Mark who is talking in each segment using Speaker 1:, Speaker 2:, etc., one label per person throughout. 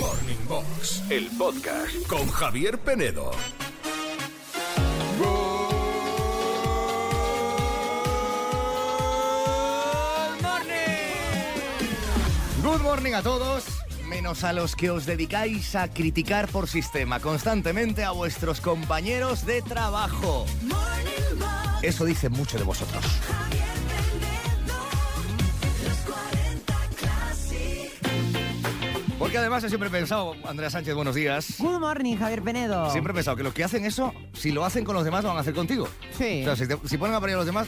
Speaker 1: Morning Box, el podcast con Javier Penedo.
Speaker 2: Good morning a todos, menos a los que os dedicáis a criticar por sistema constantemente a vuestros compañeros de trabajo. Eso dice mucho de vosotros. Porque además yo siempre he pensado, Andrea Sánchez, buenos días.
Speaker 3: Good morning, Javier Penedo.
Speaker 2: Siempre he pensado que los que hacen eso, si lo hacen con los demás, lo van a hacer contigo.
Speaker 3: Sí.
Speaker 2: O sea, si, te- si ponen a parir a los demás,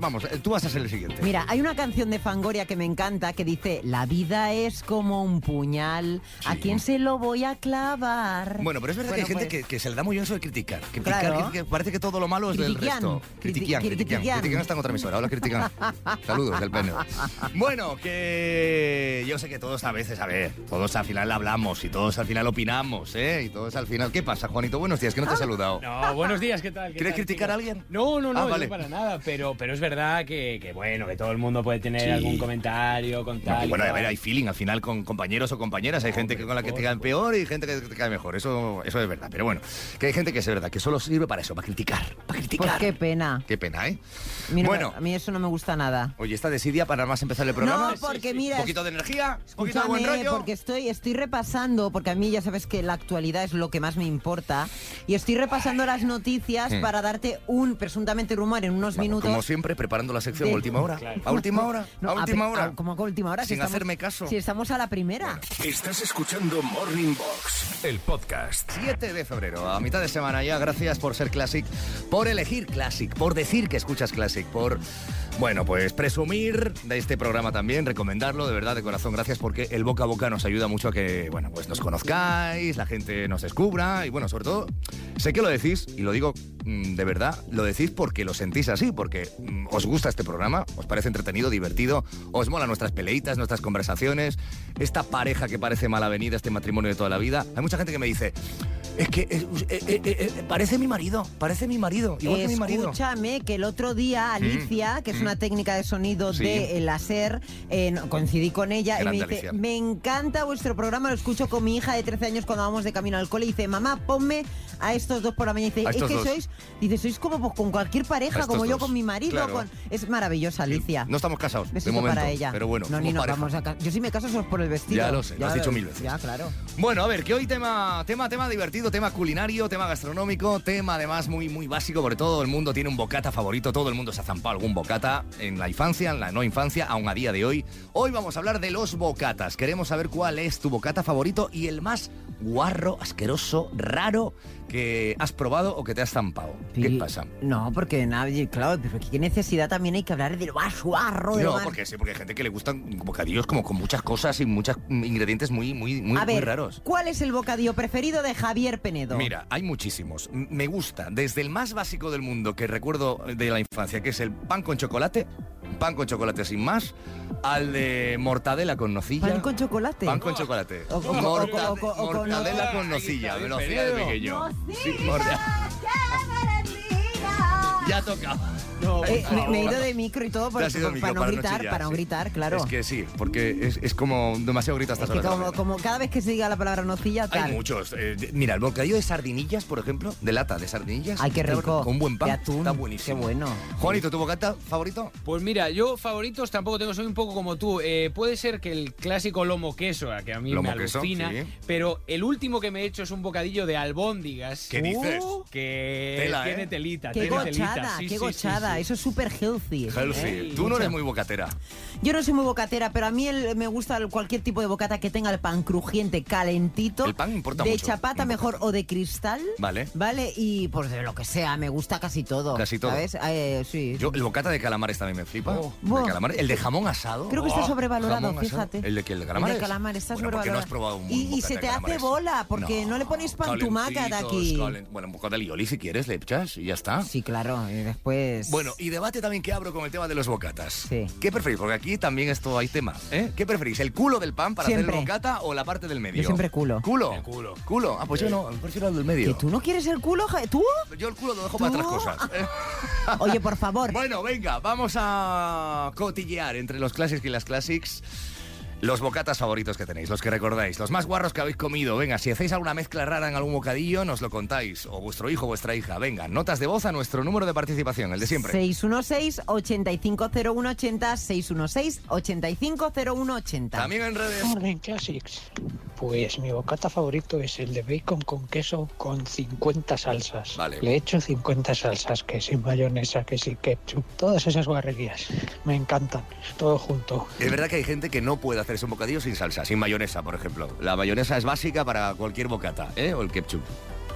Speaker 2: vamos, eh, tú vas a ser el siguiente.
Speaker 3: Mira, hay una canción de Fangoria que me encanta que dice, la vida es como un puñal, ¿a
Speaker 2: Sí.
Speaker 3: quién se lo voy a clavar?
Speaker 2: Bueno, pero es verdad
Speaker 3: Bueno,
Speaker 2: que hay gente
Speaker 3: pues,
Speaker 2: que, que se le da muy bien eso de criticar. Que
Speaker 3: Claro.
Speaker 2: criticar, que- que parece que todo lo malo es del
Speaker 3: Critiquian.
Speaker 2: resto.
Speaker 3: Criti-
Speaker 2: Critiquian,
Speaker 3: critiquian.
Speaker 2: critiquian. Critiquian está en otra emisora. Hola, critican. Saludos del pene. Bueno, que yo sé que todos a veces, a ver, todos al final hablamos y todos al final opinamos, ¿eh? Y todos al final. ¿Qué pasa, Juanito? Buenos días, que no te he saludado.
Speaker 4: No, buenos días, ¿qué tal? ¿Qué
Speaker 2: ¿Quieres
Speaker 4: tal,
Speaker 2: criticar a
Speaker 4: chicos?
Speaker 2: alguien?
Speaker 4: No, no, no,
Speaker 2: Ah,
Speaker 4: yo
Speaker 2: vale.
Speaker 4: para nada, pero, pero es verdad que, que, bueno, que todo el mundo puede tener
Speaker 2: Sí.
Speaker 4: algún comentario con
Speaker 2: No,
Speaker 4: tal. y
Speaker 2: Ah, bueno, a
Speaker 4: cual.
Speaker 2: ver, hay feeling al final con compañeros o compañeras. Hay gente que con la que te caen peor y gente que te cae mejor. Eso, eso es verdad. Pero bueno, que hay gente que es verdad, que solo sirve para eso, para criticar. Para criticar.
Speaker 3: Pues qué pena.
Speaker 2: Qué pena, ¿eh?
Speaker 3: Mira,
Speaker 2: bueno.
Speaker 3: A mí eso no me gusta nada.
Speaker 2: Oye, está desidia para más empezar el programa.
Speaker 3: No, porque mira...
Speaker 2: Un poquito de energía, un poquito de
Speaker 3: Escúchame,
Speaker 2: buen rollo.
Speaker 3: porque estoy, estoy repasando, porque a mí ya sabes que la actualidad es lo que más me importa, y estoy repasando las noticias
Speaker 2: Mm.
Speaker 3: para darte un presuntamente rumor en unos
Speaker 2: Vamos,
Speaker 3: minutos.
Speaker 2: Como siempre, preparando la sección
Speaker 3: de-
Speaker 2: a última hora.
Speaker 4: Claro.
Speaker 2: A última hora,
Speaker 3: No,
Speaker 2: a
Speaker 3: a
Speaker 2: última
Speaker 3: pri-
Speaker 2: hora.
Speaker 3: a- como que a última hora.
Speaker 2: Sin hacerme caso.
Speaker 3: Si estamos a la primera.
Speaker 1: Estás escuchando Morning Box, el podcast.
Speaker 2: 7 de febrero, a mitad de semana ya, gracias por ser Classic, por elegir Classic, por decir que escuchas Classic, por, bueno, pues presumir de este programa también, recomendarlo, de verdad, de corazón, gracias porque el boca a boca nos ayuda mucho a que, bueno, pues nos conozcáis, la gente nos descubra y, bueno, sobre todo, sé que lo decís, y lo digo mm, de verdad, lo decís porque lo sentís así, porque mm, os gusta este programa, os parece entretenido, divertido, os mola nuestras peleitas, nuestras conversaciones, esta pareja que parece mal avenida, este matrimonio de toda la vida. Hay mucha gente que me dice, es que eh, eh, eh, eh, parece mi marido, parece mi marido, igual que mi marido. Mm.
Speaker 3: Escúchame, que el otro día Alicia, que es una técnica de sonido
Speaker 2: Sí.
Speaker 3: de el láser, eh, no- coincidí con ella
Speaker 2: Grande
Speaker 3: y me dice,
Speaker 2: Alicia.
Speaker 3: me encanta vuestro programa, lo escucho con mi hija de 13 años cuando vamos de camino al cole y dice, mamá, ponme a estos dos por la mañana. Y
Speaker 2: A
Speaker 3: dice, es
Speaker 2: estos
Speaker 3: que
Speaker 2: dos.
Speaker 3: sois, dice, sois como pues, con cualquier
Speaker 2: A
Speaker 3: pareja,
Speaker 2: estos
Speaker 3: como yo
Speaker 2: dos,
Speaker 3: con mi marido.
Speaker 2: claro.
Speaker 3: con-". Es maravillosa, Alicia.
Speaker 2: No estamos casados, de
Speaker 3: Besito
Speaker 2: momento,
Speaker 3: para ella.
Speaker 2: pero bueno,
Speaker 3: no, ni
Speaker 2: somos
Speaker 3: nos
Speaker 2: pareja.
Speaker 3: vamos a ca- Yo si me caso solo por el vestido.
Speaker 2: Ya lo sé, lo has dicho mil veces.
Speaker 3: Ya, claro.
Speaker 2: Bueno, a ver, que hoy tema, tema, tema divertido, tema culinario, tema gastronómico, tema además muy, muy básico, porque todo el mundo tiene un bocata favorito, todo el mundo se ha zampado algún bocata en la infancia, en la no infancia, aún a día de hoy. Hoy vamos a hablar de los bocatas. Queremos saber cuál es tu bocata favorito y el más guarro, asqueroso, raro que has probado o que te has zampado. ¿Qué
Speaker 3: Sí.
Speaker 2: pasa?
Speaker 3: No, porque nadie, claro, pero qué necesidad también hay que hablar de lo más guarro, de lo
Speaker 2: No,
Speaker 3: más-
Speaker 2: porque sí, porque hay gente que le gustan bocadillos como con muchas cosas y muchos ingredientes muy, muy, muy,
Speaker 3: A
Speaker 2: muy
Speaker 3: ver,
Speaker 2: raros.
Speaker 3: ¿cuál es el bocadillo preferido de Javier Penedo?
Speaker 2: Mira, hay muchísimos. M- Me gusta, desde el más básico del mundo que recuerdo de la infancia, que es el pan con chocolate, pan con chocolate sin más, al de mortadela con nocilla.
Speaker 3: pan con chocolate.
Speaker 2: Pan con chocolate.
Speaker 3: O- o- o-
Speaker 2: Mortade-
Speaker 3: o- o- o- con-
Speaker 2: mortadela con
Speaker 4: Ahí
Speaker 2: nocilla,
Speaker 4: está,
Speaker 2: me
Speaker 4: bien
Speaker 2: lo hacía de
Speaker 4: pedido.
Speaker 2: pequeño. Sí, morta- ya tocaba.
Speaker 4: No,
Speaker 3: Eh,
Speaker 4: por
Speaker 3: me, me he ido
Speaker 4: favor.
Speaker 3: de micro y todo por-
Speaker 2: Te has ido
Speaker 3: por-
Speaker 2: micro
Speaker 3: para no gritar,
Speaker 2: chillar,
Speaker 3: para no
Speaker 2: sí.
Speaker 3: gritar, claro.
Speaker 2: Es que sí, porque es, es como demasiado grito hasta
Speaker 3: Es que como, como cada vez que se diga la palabra nocilla,
Speaker 2: Hay
Speaker 3: tal.
Speaker 2: muchos. eh, de- mira, el bocadillo de sardinillas, por ejemplo, de lata de sardinillas.
Speaker 3: Ay, qué
Speaker 2: está-
Speaker 3: rico.
Speaker 2: Con buen pan.
Speaker 3: De atún,
Speaker 2: Está buenísimo.
Speaker 3: qué bueno.
Speaker 2: Juanito, ¿tu bocata favorito?
Speaker 4: Pues mira, yo favoritos tampoco tengo, soy un poco como tú. Eh, puede ser que el clásico lomo queso, a que a mí
Speaker 2: Lomo
Speaker 4: me
Speaker 2: queso,
Speaker 4: alucina,
Speaker 2: sí.
Speaker 4: pero el último que me he hecho es un bocadillo de albóndigas. Uh,
Speaker 2: ¿Qué dices?
Speaker 4: Que
Speaker 2: Tela,
Speaker 4: tiene
Speaker 2: ¿eh?
Speaker 4: telita,
Speaker 3: Qué
Speaker 4: tiene
Speaker 3: gochada,
Speaker 4: telita. Sí,
Speaker 3: qué
Speaker 4: sí, sí,
Speaker 3: gochada.
Speaker 4: sí.
Speaker 3: Eso es súper healthy.
Speaker 2: Healthy.
Speaker 3: ¿eh?
Speaker 2: Tú no
Speaker 3: Mucho.
Speaker 2: eres muy bocatera.
Speaker 3: Yo no soy muy bocatera, pero a mí el- me gusta el- cualquier tipo de bocata que tenga el pan crujiente, calentito.
Speaker 2: El pan importa
Speaker 3: De
Speaker 2: mucho
Speaker 3: chapata
Speaker 2: en
Speaker 3: mejor
Speaker 2: bocata.
Speaker 3: o de cristal.
Speaker 2: Vale.
Speaker 3: Vale, y pues de lo que sea, me gusta casi todo.
Speaker 2: Casi todo.
Speaker 3: ¿Sabes? Eh, sí.
Speaker 2: Yo, el bocata de calamares también me flipa.
Speaker 4: Oh.
Speaker 2: El, de calamares. el de jamón asado.
Speaker 3: Creo que está
Speaker 2: Oh,
Speaker 3: sobrevalorado,
Speaker 2: jamón asado.
Speaker 3: fíjate.
Speaker 2: ¿El de qué? ¿El de calamares?
Speaker 3: El de calamares está
Speaker 2: Bueno, porque
Speaker 3: sobrevalorado.
Speaker 2: no has probado un
Speaker 3: y, y
Speaker 2: bocata
Speaker 3: se
Speaker 2: de
Speaker 3: te hace
Speaker 2: calamares.
Speaker 3: bola, porque no, le pones pantumaca de
Speaker 2: calentitos,
Speaker 3: aquí.
Speaker 2: calen- Bueno, un poco de lioli si quieres, le echas y ya está.
Speaker 3: Sí, claro, y después...
Speaker 2: Bueno, y debate también que abro con el tema de los bocatas.
Speaker 3: Sí.
Speaker 2: ¿Qué preferís? Porque aquí también esto hay tema. ¿eh? ¿Qué preferís? ¿El culo del pan para hacer
Speaker 3: Siempre.
Speaker 2: el bocata o la parte del medio?
Speaker 3: Yo siempre culo.
Speaker 2: ¿Culo?
Speaker 4: El culo.
Speaker 2: ¿Culo? Ah, pues yo no, prefiero el del
Speaker 3: ¿Que
Speaker 2: medio.
Speaker 3: tú no quieres el culo, Ja- ¿Tú?
Speaker 2: Yo el culo lo dejo
Speaker 3: ¿Tú?
Speaker 2: para otras cosas.
Speaker 3: Oye, por favor.
Speaker 2: Bueno, venga, vamos a cotillear entre los clásicos y las classics. los bocatas favoritos que tenéis, los que recordáis, los más guarros que habéis comido. Venga, si hacéis alguna mezcla rara en algún bocadillo, nos lo contáis. O vuestro hijo, vuestra hija. Venga, notas de voz a nuestro número de participación, el de siempre.
Speaker 3: 616-850180, 616-850180.
Speaker 2: También en redes.
Speaker 5: Morning Classics. Pues mi bocata favorito es el de bacon con queso con 50 salsas.
Speaker 2: Vale.
Speaker 5: Le echo 50 salsas, que sin mayonesa, que sin ketchup, todas esas guarrerías. Me encantan, todo junto.
Speaker 2: Es verdad que hay gente que no puede hacerse un bocadillo sin salsa, sin mayonesa, por ejemplo. La mayonesa es básica para cualquier bocata, ¿eh? O el ketchup.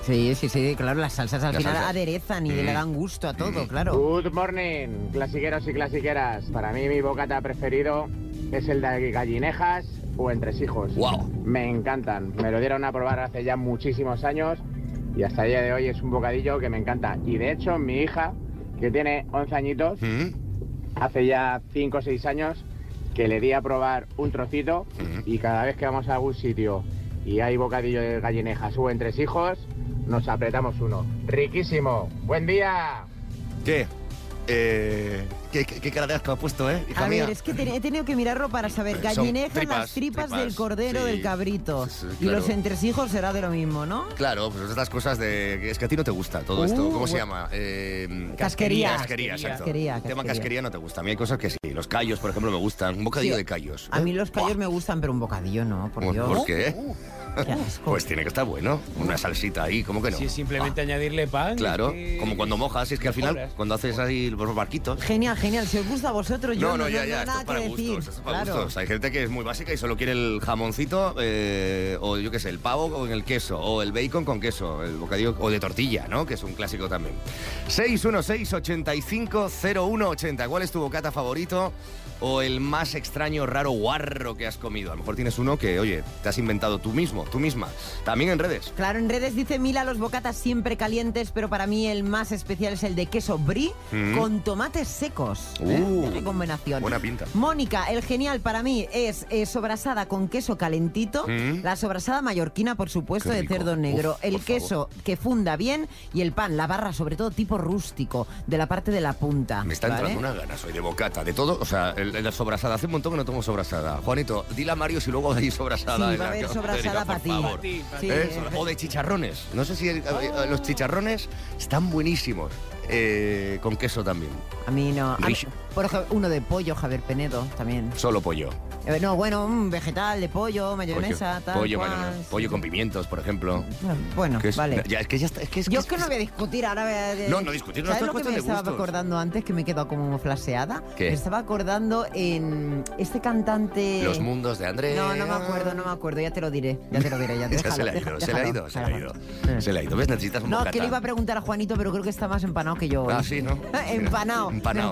Speaker 3: Sí, sí, sí, claro, las salsas al
Speaker 2: Las
Speaker 3: final
Speaker 2: salsas.
Speaker 3: aderezan y le
Speaker 2: Mm.
Speaker 3: dan gusto a todo,
Speaker 2: Mm.
Speaker 3: claro.
Speaker 6: Good morning, clasiqueros y clasiqueras. Para mí mi bocata preferido es el de gallinejas o entresijos.
Speaker 2: ¡Wow!
Speaker 6: Me encantan. Me lo dieron a probar hace ya muchísimos años y hasta el día de hoy es un bocadillo que me encanta. Y de hecho mi hija, que tiene 11 añitos,
Speaker 2: ¿Mm?
Speaker 6: hace ya 5 o 6 años que le di a probar un trocito
Speaker 2: Ujú.
Speaker 6: y cada vez que vamos a algún sitio y hay bocadillo de gallinejas o entresijos, nos apretamos uno. ¡Riquísimo! ¡Buen día!
Speaker 2: ¿Qué? Eh, ¿qué, qué, qué cara de asco has puesto, eh? hija
Speaker 3: A
Speaker 2: mía?
Speaker 3: ver, es que te- he tenido que mirarlo para saber.
Speaker 2: Son
Speaker 3: Gallinejas,
Speaker 2: tripas,
Speaker 3: las tripas, del
Speaker 2: tripas,
Speaker 3: cordero,
Speaker 2: sí.
Speaker 3: del cabrito.
Speaker 2: Sí, sí,
Speaker 3: Y
Speaker 2: claro.
Speaker 3: los entresijos será de lo mismo, ¿no?
Speaker 2: Claro, pues estas cosas de... Es que a ti no te gusta todo esto.
Speaker 3: Uh,
Speaker 2: ¿Cómo se
Speaker 3: bu-
Speaker 2: llama? Eh,
Speaker 3: Casquería.
Speaker 2: Casquería, exacto.
Speaker 3: Casquería,
Speaker 2: El tema
Speaker 3: casquería.
Speaker 2: casquería no te gusta. A mí hay cosas que sí. Los callos, por ejemplo, me gustan. Un bocadillo
Speaker 3: Sí.
Speaker 2: de callos.
Speaker 3: A mí los payos me gustan, pero un bocadillo no, por
Speaker 2: ¿Por,
Speaker 3: Dios.
Speaker 2: ¿Eh?
Speaker 3: Uh,
Speaker 2: ¿por qué?
Speaker 3: Qué asco.
Speaker 2: Pues tiene que estar bueno. Una salsita ahí, ¿cómo que no?
Speaker 4: Si es simplemente añadirle pan.
Speaker 2: Ah. Claro,
Speaker 4: es que-
Speaker 2: como cuando mojas, es que al final,
Speaker 4: Mejoras.
Speaker 2: cuando haces ahí los barquitos...
Speaker 3: Genial, genial. Si os gusta a vosotros, yo
Speaker 2: No,
Speaker 3: no,
Speaker 2: no, ya,
Speaker 3: tengo
Speaker 2: ya, esto
Speaker 3: nada
Speaker 2: es para
Speaker 3: que
Speaker 2: gustos,
Speaker 3: decir.
Speaker 2: esto es para
Speaker 3: claro.
Speaker 2: gustos. Hay gente que es muy básica y solo quiere el jamoncito eh, o yo qué sé, el pavo con el queso o el bacon con queso, el bocadillo o de tortilla, ¿no? Que es un clásico también. 616-850180. ¿Cuál es tu bocata favorito o el más extraño, raro, guarro que has comido? A lo mejor tienes uno que, oye, te has inventado tú mismo, tú misma. También en redes.
Speaker 3: Claro, en redes dice Mila los bocatas siempre calientes, pero para mí el más especial es el de queso brie
Speaker 2: Mm.
Speaker 3: con tomates secos. ¿eh?
Speaker 2: Uh,
Speaker 3: Qué combinación.
Speaker 2: Buena pinta.
Speaker 3: Mónica, el genial para mí es eh, sobrasada con queso calentito,
Speaker 2: Mm.
Speaker 3: la sobrasada mallorquina, por supuesto,
Speaker 2: Qué
Speaker 3: de
Speaker 2: rico.
Speaker 3: cerdo
Speaker 2: Uf,
Speaker 3: negro, el
Speaker 2: por
Speaker 3: queso que funda bien y el pan, la barra, sobre todo tipo rústico, de la parte de la punta.
Speaker 2: Me está entrando
Speaker 3: ¿vale?
Speaker 2: una gana, soy de bocata, de todo, o sea, el- el- la sobrasada, hace un montón que no tomo sobrasada. Juanito, dile a Mario si luego hay sobrasada.
Speaker 3: Sí,
Speaker 2: en
Speaker 3: va
Speaker 2: la
Speaker 3: a haber
Speaker 2: cafetería,
Speaker 3: sobrasada
Speaker 2: por
Speaker 3: para ti.
Speaker 2: favor.
Speaker 4: Sí,
Speaker 3: Sí,
Speaker 2: ¿Eh?
Speaker 3: eh,
Speaker 2: O de chicharrones. No sé si el- eh, los chicharrones están buenísimos. eh, con queso también,
Speaker 3: A mí no. A mí-
Speaker 2: Richo.
Speaker 3: por ejemplo, uno de pollo, Javier Penedo, también.
Speaker 2: solo pollo.
Speaker 3: Eh, No, bueno, un vegetal de pollo, mayonesa,
Speaker 2: pollo,
Speaker 3: tal.
Speaker 2: pollo,
Speaker 3: cual,
Speaker 2: mayonesa,
Speaker 3: sí.
Speaker 2: pollo con pimientos, por ejemplo.
Speaker 3: Bueno,
Speaker 2: Que es-
Speaker 3: vale.
Speaker 2: ya, es que ya está, es que es
Speaker 3: Yo
Speaker 2: que
Speaker 3: es que no voy a discutir ahora. voy a- eh,
Speaker 2: No, no discutir, no, esto
Speaker 3: ¿Sabes
Speaker 2: es
Speaker 3: lo que
Speaker 2: cuestión
Speaker 3: me
Speaker 2: de
Speaker 3: estaba
Speaker 2: gustos.
Speaker 3: acordando antes que me he quedado como flaseada?
Speaker 2: ¿Qué?
Speaker 3: Me estaba acordando en este cantante.
Speaker 2: Los mundos de Andrés.
Speaker 3: No, no me acuerdo, no me acuerdo. Ya te lo diré. Ya te lo diré. Ya te
Speaker 2: Es que se le ha
Speaker 3: déjalo,
Speaker 2: ido, se le ha
Speaker 3: déjalo,
Speaker 2: ido, se le ha ido.
Speaker 3: déjalo.
Speaker 2: Se le ha ido. ¿Ves? Necesitas un
Speaker 3: No,
Speaker 2: bocata.
Speaker 3: que le iba a preguntar a Juanito, pero creo que está más empanado que yo. hoy.
Speaker 2: Ah, sí, ¿no?
Speaker 3: empanado.
Speaker 2: Empanado.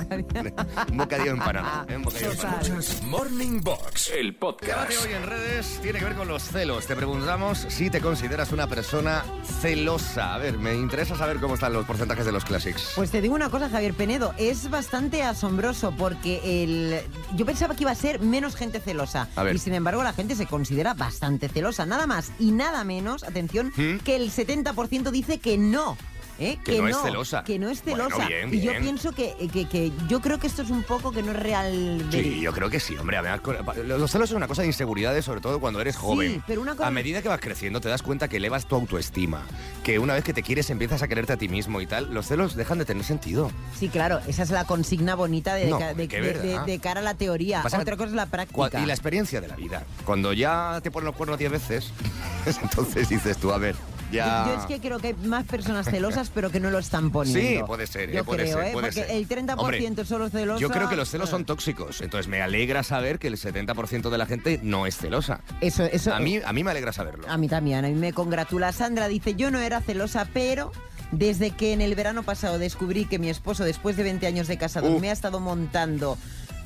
Speaker 2: un bocadillo empanado. ¿eh? Un bocadillo
Speaker 3: Total.
Speaker 2: empanado.
Speaker 1: Morning Box, el
Speaker 2: El debate
Speaker 1: podcast.
Speaker 2: hoy en redes tiene que ver con los celos. Te preguntamos si te consideras una persona celosa. A ver, me interesa saber cómo están los porcentajes de los clásicos.
Speaker 3: Pues te digo una cosa, Javier Penedo, es bastante asombroso porque el... yo pensaba que iba a ser menos gente celosa.
Speaker 2: A ver.
Speaker 3: Y sin embargo la gente se considera bastante celosa. Nada más y nada menos, atención,
Speaker 2: ¿Mm?
Speaker 3: que el 70% dice que no. ¿eh?
Speaker 2: Que no es celosa.
Speaker 3: Que no es
Speaker 2: Bueno,
Speaker 3: celosa.
Speaker 2: bien,
Speaker 3: Y yo
Speaker 2: bien.
Speaker 3: pienso que, que- que yo creo que esto es un poco que no es real.
Speaker 2: Sí, yo creo que sí, hombre. además, con- Los celos son una cosa de inseguridades, sobre todo cuando eres joven.
Speaker 3: pero una cosa-
Speaker 2: A medida que vas creciendo te das cuenta que elevas tu autoestima, que una vez que te quieres empiezas a quererte a ti mismo y tal, los celos dejan de tener sentido.
Speaker 3: Sí, claro, esa es la consigna bonita de,
Speaker 2: No,
Speaker 3: de- de-
Speaker 2: qué
Speaker 3: de-
Speaker 2: verdad.
Speaker 3: de cara a la teoría.
Speaker 2: Pasa que-
Speaker 3: Otra cosa es la
Speaker 2: Cua-
Speaker 3: práctica.
Speaker 2: Y la experiencia de la vida. Cuando ya te ponen los cuernos 10 veces, entonces dices tú, a ver, ya...
Speaker 3: Yo es que creo que hay más personas celosas, pero que no lo están poniendo.
Speaker 2: Sí, puede ser, eh,
Speaker 3: Yo
Speaker 2: puede
Speaker 3: creo,
Speaker 2: ser,
Speaker 3: ¿eh?
Speaker 2: puede
Speaker 3: Porque
Speaker 2: ser.
Speaker 3: el 30%
Speaker 2: Hombre,
Speaker 3: solo celosa.
Speaker 2: Yo creo que los celos son
Speaker 3: todos.
Speaker 2: tóxicos, entonces me alegra saber que el 70% de la gente no es celosa.
Speaker 3: eh, Eso, eso.
Speaker 2: A mí, a mí me alegra saberlo.
Speaker 3: a mí también, a mí me congratula. Sandra dice: Yo no era celosa, pero. Desde que en el verano pasado descubrí que mi esposo, después de 20 años de casado,
Speaker 2: Uh.
Speaker 3: me ha estado montando.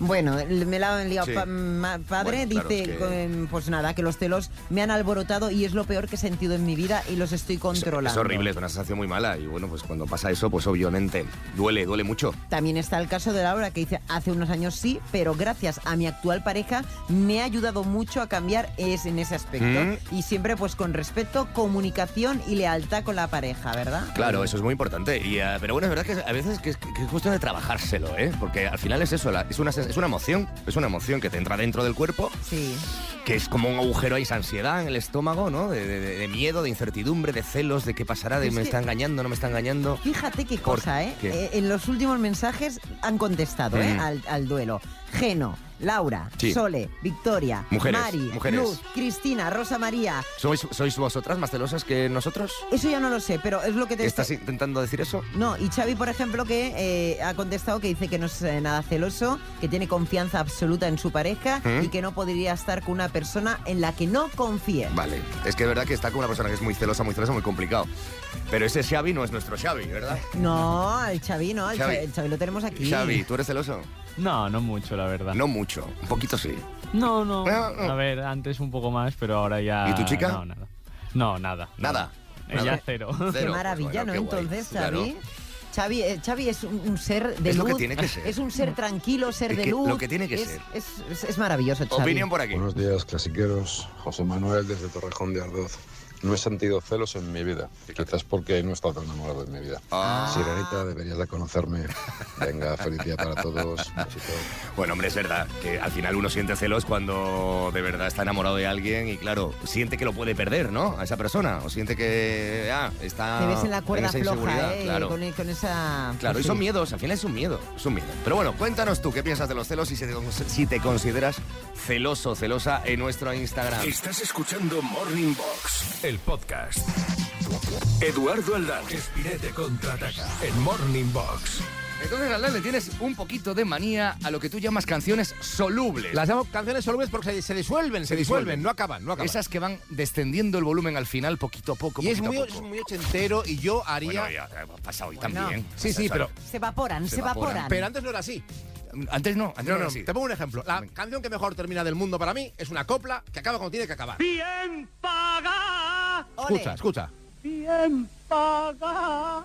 Speaker 3: Bueno, me la han liado
Speaker 2: Sí.
Speaker 3: pa- ma- padre.
Speaker 2: Bueno, claro,
Speaker 3: dice:
Speaker 2: es que-
Speaker 3: "Em, Pues nada, que los celos me han alborotado y es lo peor que he sentido en mi vida y los estoy
Speaker 2: Es-
Speaker 3: controlando.
Speaker 2: Es horrible, es una sensación muy mala. Y bueno, pues cuando pasa eso, pues obviamente duele, duele mucho.
Speaker 3: También está el caso de Laura que dice, hace unos años sí, pero gracias a mi actual pareja me ha ayudado mucho a cambiar es, en ese aspecto.
Speaker 2: Mm.
Speaker 3: Y siempre pues con respeto, comunicación y lealtad con la pareja, ¿verdad?
Speaker 2: Claro, eso es muy importante. Y, eh, pero bueno, es verdad que a veces que es, que es cuestión de trabajárselo, ¿eh? Porque al final es eso, la- es, una, sens- es una emoción, es una emoción que te entra dentro del cuerpo
Speaker 3: Sí.
Speaker 2: que es como un agujero, hay esa ansiedad en el estómago, ¿no? De, de- de miedo, de incertidumbre, de celos, de qué pasará, de
Speaker 3: Es
Speaker 2: me
Speaker 3: que-
Speaker 2: está engañando, no me está engañando.
Speaker 3: Fíjate qué
Speaker 2: ¿Por
Speaker 3: cosa, ¿eh?
Speaker 2: qué?
Speaker 3: Eh, En los últimos mensajes han contestado ¿eh?
Speaker 2: Mm.
Speaker 3: al, al duelo. Geno, Laura,
Speaker 2: Sí.
Speaker 3: Sole, Victoria,
Speaker 2: Mujeres,
Speaker 3: Mari,
Speaker 2: mujeres.
Speaker 3: Luz, Cristina, Rosa María.
Speaker 2: ¿Sois, ¿Sois vosotras más celosas que nosotros?
Speaker 3: Eso ya no lo sé, pero es lo que te
Speaker 2: ¿Estás intentando decir eso?
Speaker 3: No, y Xavi, por ejemplo, que eh, ha contestado que dice que no es eh, nada celoso, que tiene confianza absoluta en su pareja
Speaker 2: ¿Mm?
Speaker 3: y que no podría estar con una persona en la que no confíe.
Speaker 2: Vale, es que es verdad que está con una persona que es muy celosa, muy celosa, muy complicado. Pero ese Xavi no es nuestro Xavi, ¿verdad?
Speaker 3: No, al Xavi no, al
Speaker 2: Xavi.
Speaker 3: Xavi, el Xavi lo tenemos aquí.
Speaker 2: Xavi, ¿tú eres celoso?
Speaker 7: No, no mucho, la verdad.
Speaker 2: No mucho, un poquito sí.
Speaker 7: No, no.
Speaker 2: No, no.
Speaker 7: A ver, antes un poco más, pero ahora ya.
Speaker 2: ¿Y tu chica?
Speaker 7: No, nada. No, nada. no.
Speaker 2: Nada.
Speaker 7: Ella
Speaker 2: Nada.
Speaker 7: cero.
Speaker 2: Cero,
Speaker 3: qué
Speaker 2: pues
Speaker 3: maravilla,
Speaker 2: bueno, qué
Speaker 3: ¿no?
Speaker 2: guay,
Speaker 3: Entonces,
Speaker 2: claro.
Speaker 3: Xavi. Xavi, eh, Xavi es un, un ser de
Speaker 2: Es lo
Speaker 3: luz.
Speaker 2: que tiene que ser.
Speaker 3: Es un ser tranquilo, ser
Speaker 2: Es
Speaker 3: de
Speaker 2: que-
Speaker 3: luz.
Speaker 2: lo que tiene que
Speaker 3: es,
Speaker 2: ser.
Speaker 3: Es, es- es maravilloso, Xavi.
Speaker 2: Opinión por aquí.
Speaker 8: Buenos días, clasiqueros. José Manuel desde Torrejón de Ardoz. No he sentido celos en mi vida, quizás porque no he estado tan enamorado en mi vida.
Speaker 2: Ah.
Speaker 8: Sirenita, deberías de conocerme. Venga, feliz día para todos. Besitos.
Speaker 2: Bueno, hombre, es verdad que al final uno siente celos cuando de verdad está enamorado de alguien y, claro, siente que lo puede perder, ¿no? A esa persona. O siente que ah, está.
Speaker 3: Te ves en la cuerda
Speaker 2: esa
Speaker 3: floja,
Speaker 2: inseguridad,
Speaker 3: ¿eh?
Speaker 2: Claro.
Speaker 3: Con, con esa.
Speaker 2: Claro, y
Speaker 3: sí.
Speaker 2: son miedos, al final es un miedo, es un miedo. Pero bueno, cuéntanos tú qué piensas de los celos y si te, cons- si te consideras celoso, celosa en nuestro Instagram.
Speaker 1: Estás escuchando Morning Box, el podcast. Eduardo Aldán, Espirete contraataca en Morning Box.
Speaker 2: Entonces, Aldán, le tienes un poquito de manía a lo que tú llamas canciones solubles.
Speaker 9: Las llamo canciones solubles porque se, se disuelven, se, disuelven,
Speaker 2: disuelven.
Speaker 9: no acaban, no acaban.
Speaker 2: Esas que van descendiendo el volumen al final poquito a poco.
Speaker 9: y es
Speaker 2: poquito
Speaker 9: muy,
Speaker 2: a
Speaker 9: es
Speaker 2: poco.
Speaker 9: muy ochentero y yo haría...
Speaker 2: Bueno, ya, ya pasa hoy
Speaker 3: Bueno.
Speaker 2: también.
Speaker 9: sí, sí,
Speaker 2: Pasa-
Speaker 9: pero,
Speaker 3: Se evaporan, se,
Speaker 2: Se evaporan.
Speaker 3: evaporan.
Speaker 9: pero antes no era así.
Speaker 2: Antes no, antes
Speaker 9: No,
Speaker 2: no,
Speaker 9: no,
Speaker 2: era así.
Speaker 9: te pongo un ejemplo. La canción que mejor termina del mundo para mí es una copla que acaba cuando tiene que acabar.
Speaker 3: Ole.
Speaker 9: Escucha, escucha.
Speaker 3: Bien paga.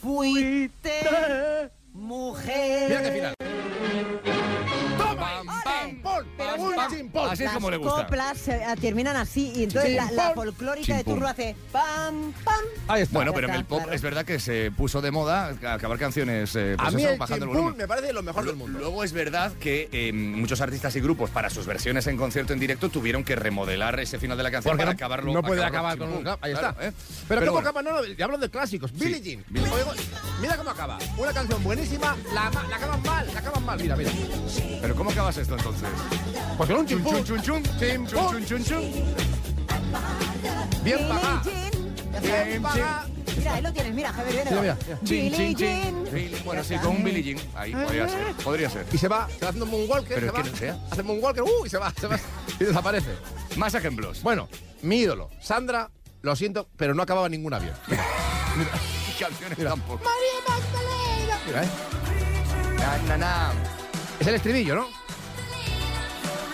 Speaker 3: Fuiste mujer.
Speaker 9: Mira qué final. ¡Toma!
Speaker 3: Ole.
Speaker 9: ¡Pam, pam,
Speaker 3: Pero
Speaker 9: pam,
Speaker 3: mira,
Speaker 9: pim, pam!
Speaker 2: así es
Speaker 3: Las
Speaker 2: como le gusta.
Speaker 3: coplas eh, terminan así y entonces la, la folclórica de Turro hace pam, pam.
Speaker 9: Ahí está.
Speaker 2: Bueno,
Speaker 3: Ya
Speaker 2: pero en
Speaker 3: está,
Speaker 2: el pop
Speaker 3: claro.
Speaker 2: es verdad que se puso de moda acabar canciones eh,
Speaker 9: a
Speaker 2: pues
Speaker 9: mí
Speaker 2: eso,
Speaker 9: el
Speaker 2: bajando el
Speaker 9: chimpún
Speaker 2: volumen.
Speaker 9: me parece lo mejor
Speaker 2: Lu-
Speaker 9: del mundo.
Speaker 2: Luego es verdad que eh, muchos artistas y grupos para sus versiones en concierto en directo tuvieron que remodelar ese final de la canción
Speaker 9: Porque
Speaker 2: para
Speaker 9: no,
Speaker 2: acabarlo.
Speaker 9: no puede
Speaker 2: acabarlo
Speaker 9: acabar con
Speaker 2: chimpún.
Speaker 9: un... Ahí
Speaker 2: Claro,
Speaker 9: está.
Speaker 2: ¿eh?
Speaker 9: Pero,
Speaker 2: Pero
Speaker 9: cómo
Speaker 2: bueno.
Speaker 9: acaba, no, no, ya hablo de clásicos. Billie Jean.
Speaker 2: Billie Jean.
Speaker 9: Oigo, mira cómo acaba. Una canción buenísima, la, ama- la acaban mal, la acaban mal. Mira, mira.
Speaker 2: Pero ¿cómo acabas esto entonces?
Speaker 9: Pues con un
Speaker 2: Chun,
Speaker 9: chimpún.
Speaker 2: chun, chun, chun.
Speaker 9: Chimpún.
Speaker 2: Chun, chun, chun, chun.
Speaker 9: Bien pagada.
Speaker 3: Billie Jean. Ya está.
Speaker 9: Bien pagada.
Speaker 3: Mira, ahí lo tienes, mira, Javier, viene.
Speaker 9: Mira, mira,
Speaker 2: Chin, chin,
Speaker 3: Billie
Speaker 2: chin.
Speaker 3: Jean.
Speaker 2: Billie- Bueno, sí, con un Billie Jean. Ahí, podría ser. Podría ser.
Speaker 9: Y se va, se va haciendo un moonwalker,
Speaker 2: Pero
Speaker 9: se
Speaker 2: es
Speaker 9: va,
Speaker 2: que no sea.
Speaker 9: hace moonwalker, uh, y se va, se va, y desaparece.
Speaker 2: Más ejemplos.
Speaker 9: Bueno, mi ídolo, Sandra, lo siento, pero no acababa ninguna bien.
Speaker 2: canciones tampoco.
Speaker 9: Mira, ¿eh?
Speaker 2: Na, na, na.
Speaker 9: Es el estribillo, ¿no?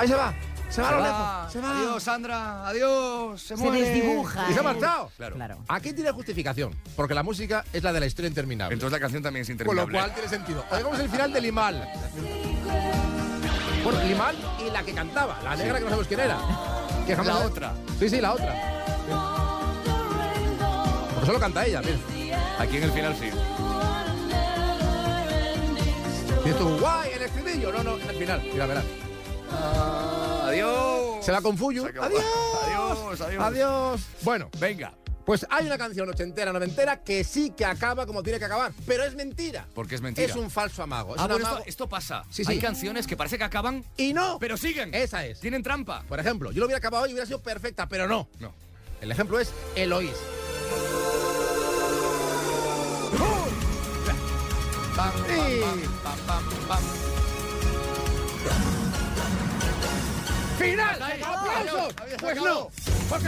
Speaker 9: Ahí se va, se va a
Speaker 2: Se
Speaker 9: lo
Speaker 2: va.
Speaker 9: lejos, se va.
Speaker 2: Adiós, Sandra. Adiós. Se,
Speaker 3: Se
Speaker 2: muere.
Speaker 3: desdibuja.
Speaker 9: Y se ha
Speaker 3: eh.
Speaker 9: marchado.
Speaker 2: Claro.
Speaker 3: Claro.
Speaker 9: Aquí tiene justificación, porque la música es la de la historia interminable.
Speaker 2: Entonces la canción también es
Speaker 9: Con
Speaker 2: interminable.
Speaker 9: lo cual tiene sentido. Oigamos el final de Limal. Bueno, Limal y la que cantaba, la negra que no sabemos quién era. Que jamás-
Speaker 2: La otra.
Speaker 9: Sí, sí, la otra. Porque solo canta ella, mira.
Speaker 2: Aquí en el final sí.
Speaker 9: Y esto, guay, el estribillo. No, no, al final. Mira, verás.
Speaker 2: adiós.
Speaker 9: Se la confuyo.
Speaker 2: Se acabó.
Speaker 9: Adiós.
Speaker 2: Adiós, adiós.
Speaker 9: Adiós. Bueno,
Speaker 2: Venga.
Speaker 9: pues hay una canción ochentera, noventera que sí que acaba como tiene que acabar. Pero es mentira.
Speaker 2: Porque es mentira.
Speaker 9: Es un falso amago. Es
Speaker 2: Ah,
Speaker 9: un
Speaker 2: bueno, esto,
Speaker 9: amago-
Speaker 2: esto pasa.
Speaker 9: Sí, sí.
Speaker 2: Hay canciones que parece que acaban,
Speaker 9: Y no. Eh.
Speaker 2: pero siguen.
Speaker 9: Esa es.
Speaker 2: Tienen trampa.
Speaker 9: Por ejemplo, yo lo hubiera acabado y hubiera sido perfecta, pero no.
Speaker 2: No.
Speaker 9: El ejemplo es Eloís.
Speaker 2: Pam, pam,
Speaker 9: Sí.
Speaker 2: pam, pam, pam, pam.
Speaker 9: ¡Final!
Speaker 2: Ahí,
Speaker 9: ¡Aplausos!
Speaker 2: adiós,
Speaker 9: Pues no.
Speaker 2: acabó.
Speaker 9: Porque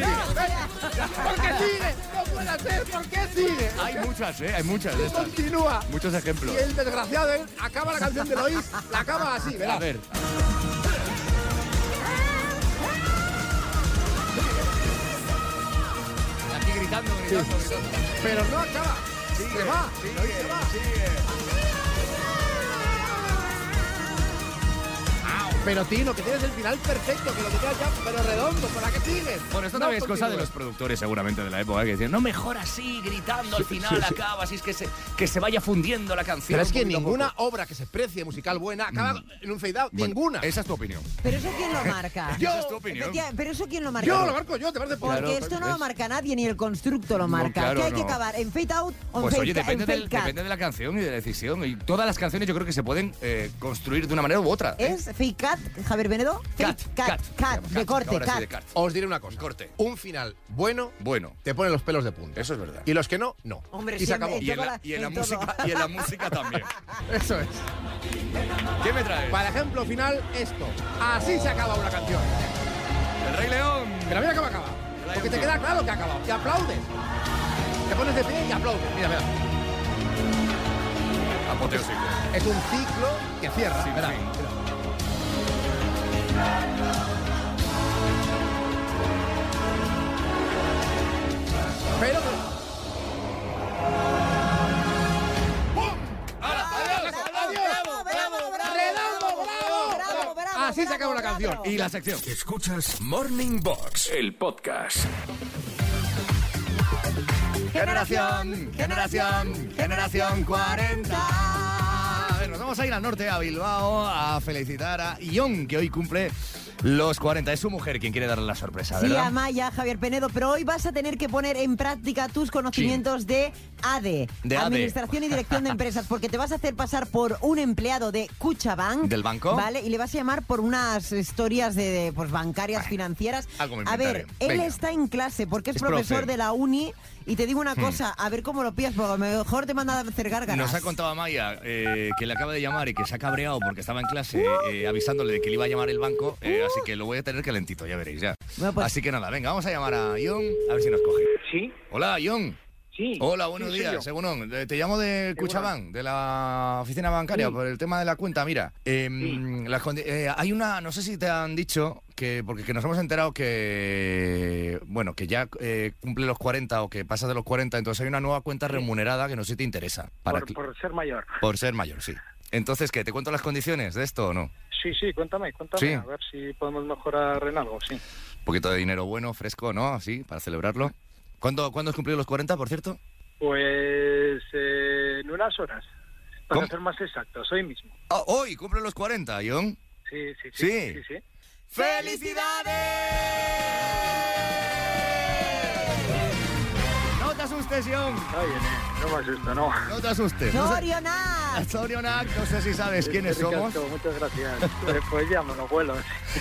Speaker 9: sigue. Porque sigue. No puede ser. ¿Por qué sigue?
Speaker 2: Hay muchas, ¿eh? Hay muchas de estas.
Speaker 9: Continúa.
Speaker 2: Muchos ejemplos.
Speaker 9: Y el desgraciado él acaba la canción de Eloís, la acaba así,
Speaker 2: A
Speaker 9: verás.
Speaker 2: ver. Aquí gritando, gritando, gritando.
Speaker 9: Pero no acaba. se va. Eloís se va. Au. Pero Tino, que tienes el final perfecto, que lo tenías ya, pero redondo, ¿para qué sigues?
Speaker 2: Bueno, esto
Speaker 9: No eh.
Speaker 2: también es cosa de
Speaker 9: continúes.
Speaker 2: los productores seguramente de la época, que decían, no mejor así, gritando, al final acaba, así es que se, que se vaya fundiendo la canción.
Speaker 9: Pero es
Speaker 2: un
Speaker 9: que
Speaker 2: poquito a
Speaker 9: ninguna
Speaker 2: poco".
Speaker 9: obra que se precie musical buena acaba en un fade out.
Speaker 2: Bueno,
Speaker 9: ninguna. Ah,
Speaker 2: Esa es tu opinión.
Speaker 3: Pero eso quién lo marca.
Speaker 9: Yo-
Speaker 2: Esa es tu opinión.
Speaker 3: Efectiva- Pero eso quién lo marca.
Speaker 9: Yo lo marco yo, te parece poco.
Speaker 3: Porque
Speaker 2: Claro,
Speaker 3: esto no lo
Speaker 2: ¿ves?
Speaker 3: marca nadie, ni el constructo lo
Speaker 2: No,
Speaker 3: marca.
Speaker 2: claro,
Speaker 3: ¿Qué hay
Speaker 2: no.
Speaker 3: que acabar? ¿En fade out o en
Speaker 2: Pues
Speaker 3: fade,
Speaker 2: oye,
Speaker 3: en
Speaker 2: depende,
Speaker 3: fade
Speaker 2: del-
Speaker 3: cut?
Speaker 2: depende de la canción y de la decisión. Y todas las canciones yo creo que se pueden eh, construir de una manera u otra. ¿eh?
Speaker 3: ¿Es fake cat, Javier Benedo?
Speaker 2: Cat,
Speaker 3: Fake
Speaker 2: cat,
Speaker 3: cat, cat, de corte,
Speaker 2: Ahora sí,
Speaker 3: cat.
Speaker 2: de cat.
Speaker 9: Os diré una cosa.
Speaker 2: Corte.
Speaker 9: Un final bueno
Speaker 2: Bueno,
Speaker 9: te pone los pelos de punta.
Speaker 2: eso es verdad.
Speaker 9: Y los que no, no.
Speaker 3: Hombre,
Speaker 9: y se
Speaker 3: siempre-
Speaker 9: acabó.
Speaker 2: Y en la, y en la
Speaker 3: En todo.
Speaker 2: música y en la música también.
Speaker 9: Eso es.
Speaker 2: ¿Qué me traes?
Speaker 9: Para ejemplo final, esto. Así se acaba una canción.
Speaker 2: El Rey León.
Speaker 9: Pero mira cómo acaba. Porque te queda claro que ha acabado. Y aplaudes. Te pones de pie y aplaudes. Mira, mira.
Speaker 2: Apoteósico.
Speaker 9: Es un ciclo que cierra.
Speaker 2: Sin
Speaker 9: Verá,
Speaker 2: fin.
Speaker 9: verá. Pero.
Speaker 3: ¡Bravo, bravo, bravo, bravo,
Speaker 9: ¡Redondo, bravo!
Speaker 3: bravo, bravo,
Speaker 9: Así se acaba
Speaker 3: bravo,
Speaker 9: la canción.
Speaker 3: bravo.
Speaker 2: Y la sección.
Speaker 1: Escuchas Morning Box, el podcast.
Speaker 2: Generación, generación, generación 40. A ver, nos vamos a ir al norte, a Bilbao, a felicitar a Ion, que hoy cumple los 40. Es su mujer quien quiere darle la sorpresa,
Speaker 3: Sí,
Speaker 2: ¿verdad?
Speaker 3: Amaya, Javier Penedo, pero hoy vas a tener que poner en práctica tus conocimientos de ADE,
Speaker 2: De ADE.
Speaker 3: Administración y Dirección de Empresas, porque te vas a hacer pasar por un empleado de Cuchabank.
Speaker 2: ¿Del banco?
Speaker 3: Vale, y le vas a llamar por unas historias de, de, pues, bancarias, financieras.
Speaker 2: algo me
Speaker 3: a ver,
Speaker 2: inventaré.
Speaker 3: él
Speaker 2: Venga.
Speaker 3: está en clase porque es,
Speaker 2: Es
Speaker 3: profesor
Speaker 2: profe. Hmm.
Speaker 3: de la uni y te digo una cosa, a ver cómo lo pillas, porque a lo mejor te manda a hacer gárgaras.
Speaker 2: Nos ha contado Amaya eh, que le acaba de llamar y que se ha cabreado porque estaba en clase eh, avisándole de que le iba a llamar el banco, eh, así que lo voy a tener calentito, ya veréis, ya.
Speaker 3: Bueno, pues-
Speaker 2: Así que nada, venga, vamos a llamar a Ion, a ver si nos coge.
Speaker 10: Sí,
Speaker 2: Hola, Ion.
Speaker 10: sí.
Speaker 2: Hola, buenos
Speaker 10: Sí, soy
Speaker 2: días,
Speaker 10: yo.
Speaker 2: Segunón. Eh, Te llamo de Cuchabán, de la oficina bancaria,
Speaker 10: Sí.
Speaker 2: por el tema de la cuenta. Mira, em, las condi- eh, hay una, no sé si te han dicho, que porque que nos hemos enterado que, bueno, que ya eh, cumple los 40 o que pasas de los 40, entonces hay una nueva cuenta remunerada que no sé si te interesa, para
Speaker 10: por,
Speaker 2: cl-
Speaker 10: por ser mayor.
Speaker 2: por ser mayor, sí. Entonces, ¿qué? ¿Te cuento las condiciones de esto o no?
Speaker 10: Sí, sí, cuéntame, cuéntame.
Speaker 2: Sí.
Speaker 10: A ver si podemos mejorar en algo, sí.
Speaker 2: Un poquito de dinero bueno, fresco, ¿no? Así, para celebrarlo. ¿Cuándo, ¿cuándo has cumplido los 40, por cierto?
Speaker 10: Pues eh, en unas horas. Para
Speaker 2: ¿Cómo?
Speaker 10: ser más exactos, hoy mismo.
Speaker 2: Ah, hoy cumple los 40, Ion.
Speaker 10: Sí, sí, sí.
Speaker 2: Sí.
Speaker 10: sí, sí.
Speaker 2: No te asustes, Ion.
Speaker 10: Está bien, eh, no me asusto, no.
Speaker 2: No te asustes. No, sé,
Speaker 3: ¡Sorionar!
Speaker 2: Sorionac, no sé si sabes quiénes
Speaker 10: Qué ricasco,
Speaker 2: somos.
Speaker 10: Muchas gracias. Pues, pues ya me lo vuelo.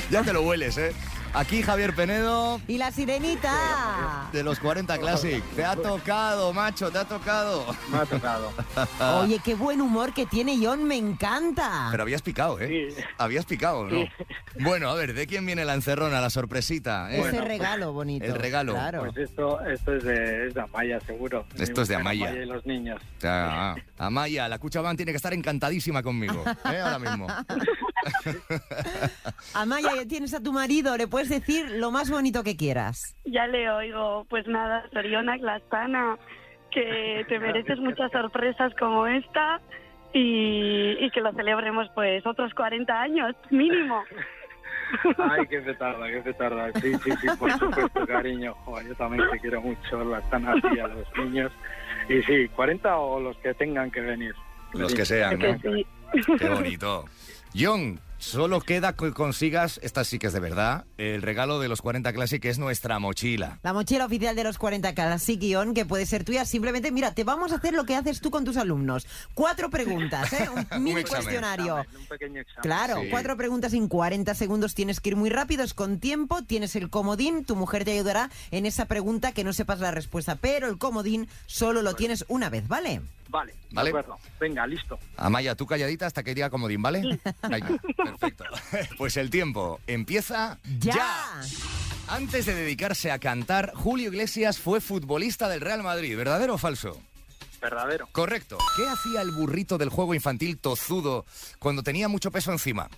Speaker 2: Ya te lo hueles, ¿eh? Aquí Javier Penedo,
Speaker 3: Y la sirenita.
Speaker 2: de los 40 Classic. Te ha tocado, macho, te ha tocado.
Speaker 10: Me ha tocado.
Speaker 2: Ah.
Speaker 3: Oye, qué buen humor que tiene John, me encanta.
Speaker 2: Pero habías picado, ¿eh?
Speaker 10: Sí.
Speaker 2: Habías picado, ¿no? Bueno, a ver, ¿de quién viene la encerrona, la sorpresita? eh?
Speaker 3: Ese regalo bonito.
Speaker 2: el regalo.
Speaker 3: Claro.
Speaker 10: Pues esto, esto es de, es de Amaya, seguro.
Speaker 2: Esto es de
Speaker 10: Mi mujer,
Speaker 2: Amaya.
Speaker 10: y los niños.
Speaker 2: Ah, ah. Amaya, la Cuchabán tiene que estar encantadísima conmigo, ¿eh? Ahora mismo.
Speaker 3: Amaya, ya tienes a tu marido, le puedes decir lo más bonito que quieras.
Speaker 11: Ya le oigo, pues nada, Soriona Glastana, que te mereces muchas sorpresas como esta y, y que lo celebremos pues otros 40 años mínimo.
Speaker 10: Ay, qué petarda, qué petarda. Sí, sí, sí, por supuesto, cariño. Joder, yo también te quiero mucho, la están así a los niños. Y sí, 40 o los que tengan que venir.
Speaker 2: Los que sean,
Speaker 11: Que
Speaker 2: ¿no?
Speaker 11: sí.
Speaker 2: Qué bonito. John, solo queda que consigas, esta sí que es de verdad, el regalo de los 40 Classic, que es nuestra mochila.
Speaker 3: La mochila oficial de los 40 Classic guión que puede ser tuya. Simplemente, mira, te vamos a hacer lo que haces tú con tus alumnos. Cuatro preguntas, ¿eh? Un mini
Speaker 2: examen.
Speaker 3: cuestionario.
Speaker 10: Examen, Un pequeño examen.
Speaker 3: Claro,
Speaker 2: Sí.
Speaker 3: cuatro preguntas en 40 segundos. Tienes que ir muy rápido, es con tiempo. Tienes el comodín, tu mujer te ayudará en esa pregunta que no sepas la respuesta. Pero el comodín solo lo tienes una vez, ¿vale?
Speaker 10: Vale,
Speaker 2: Vale.
Speaker 10: de acuerdo. Venga, listo.
Speaker 2: Amaya, tú calladita hasta que diga comodín, ¿vale? Venga, perfecto. Pues el tiempo empieza
Speaker 3: ¡Ya!
Speaker 2: Antes de dedicarse a cantar, Julio Iglesias fue futbolista del Real Madrid, ¿verdadero o falso?
Speaker 10: Verdadero.
Speaker 2: Correcto. ¿Qué hacía el burrito del juego infantil tozudo cuando tenía mucho peso encima?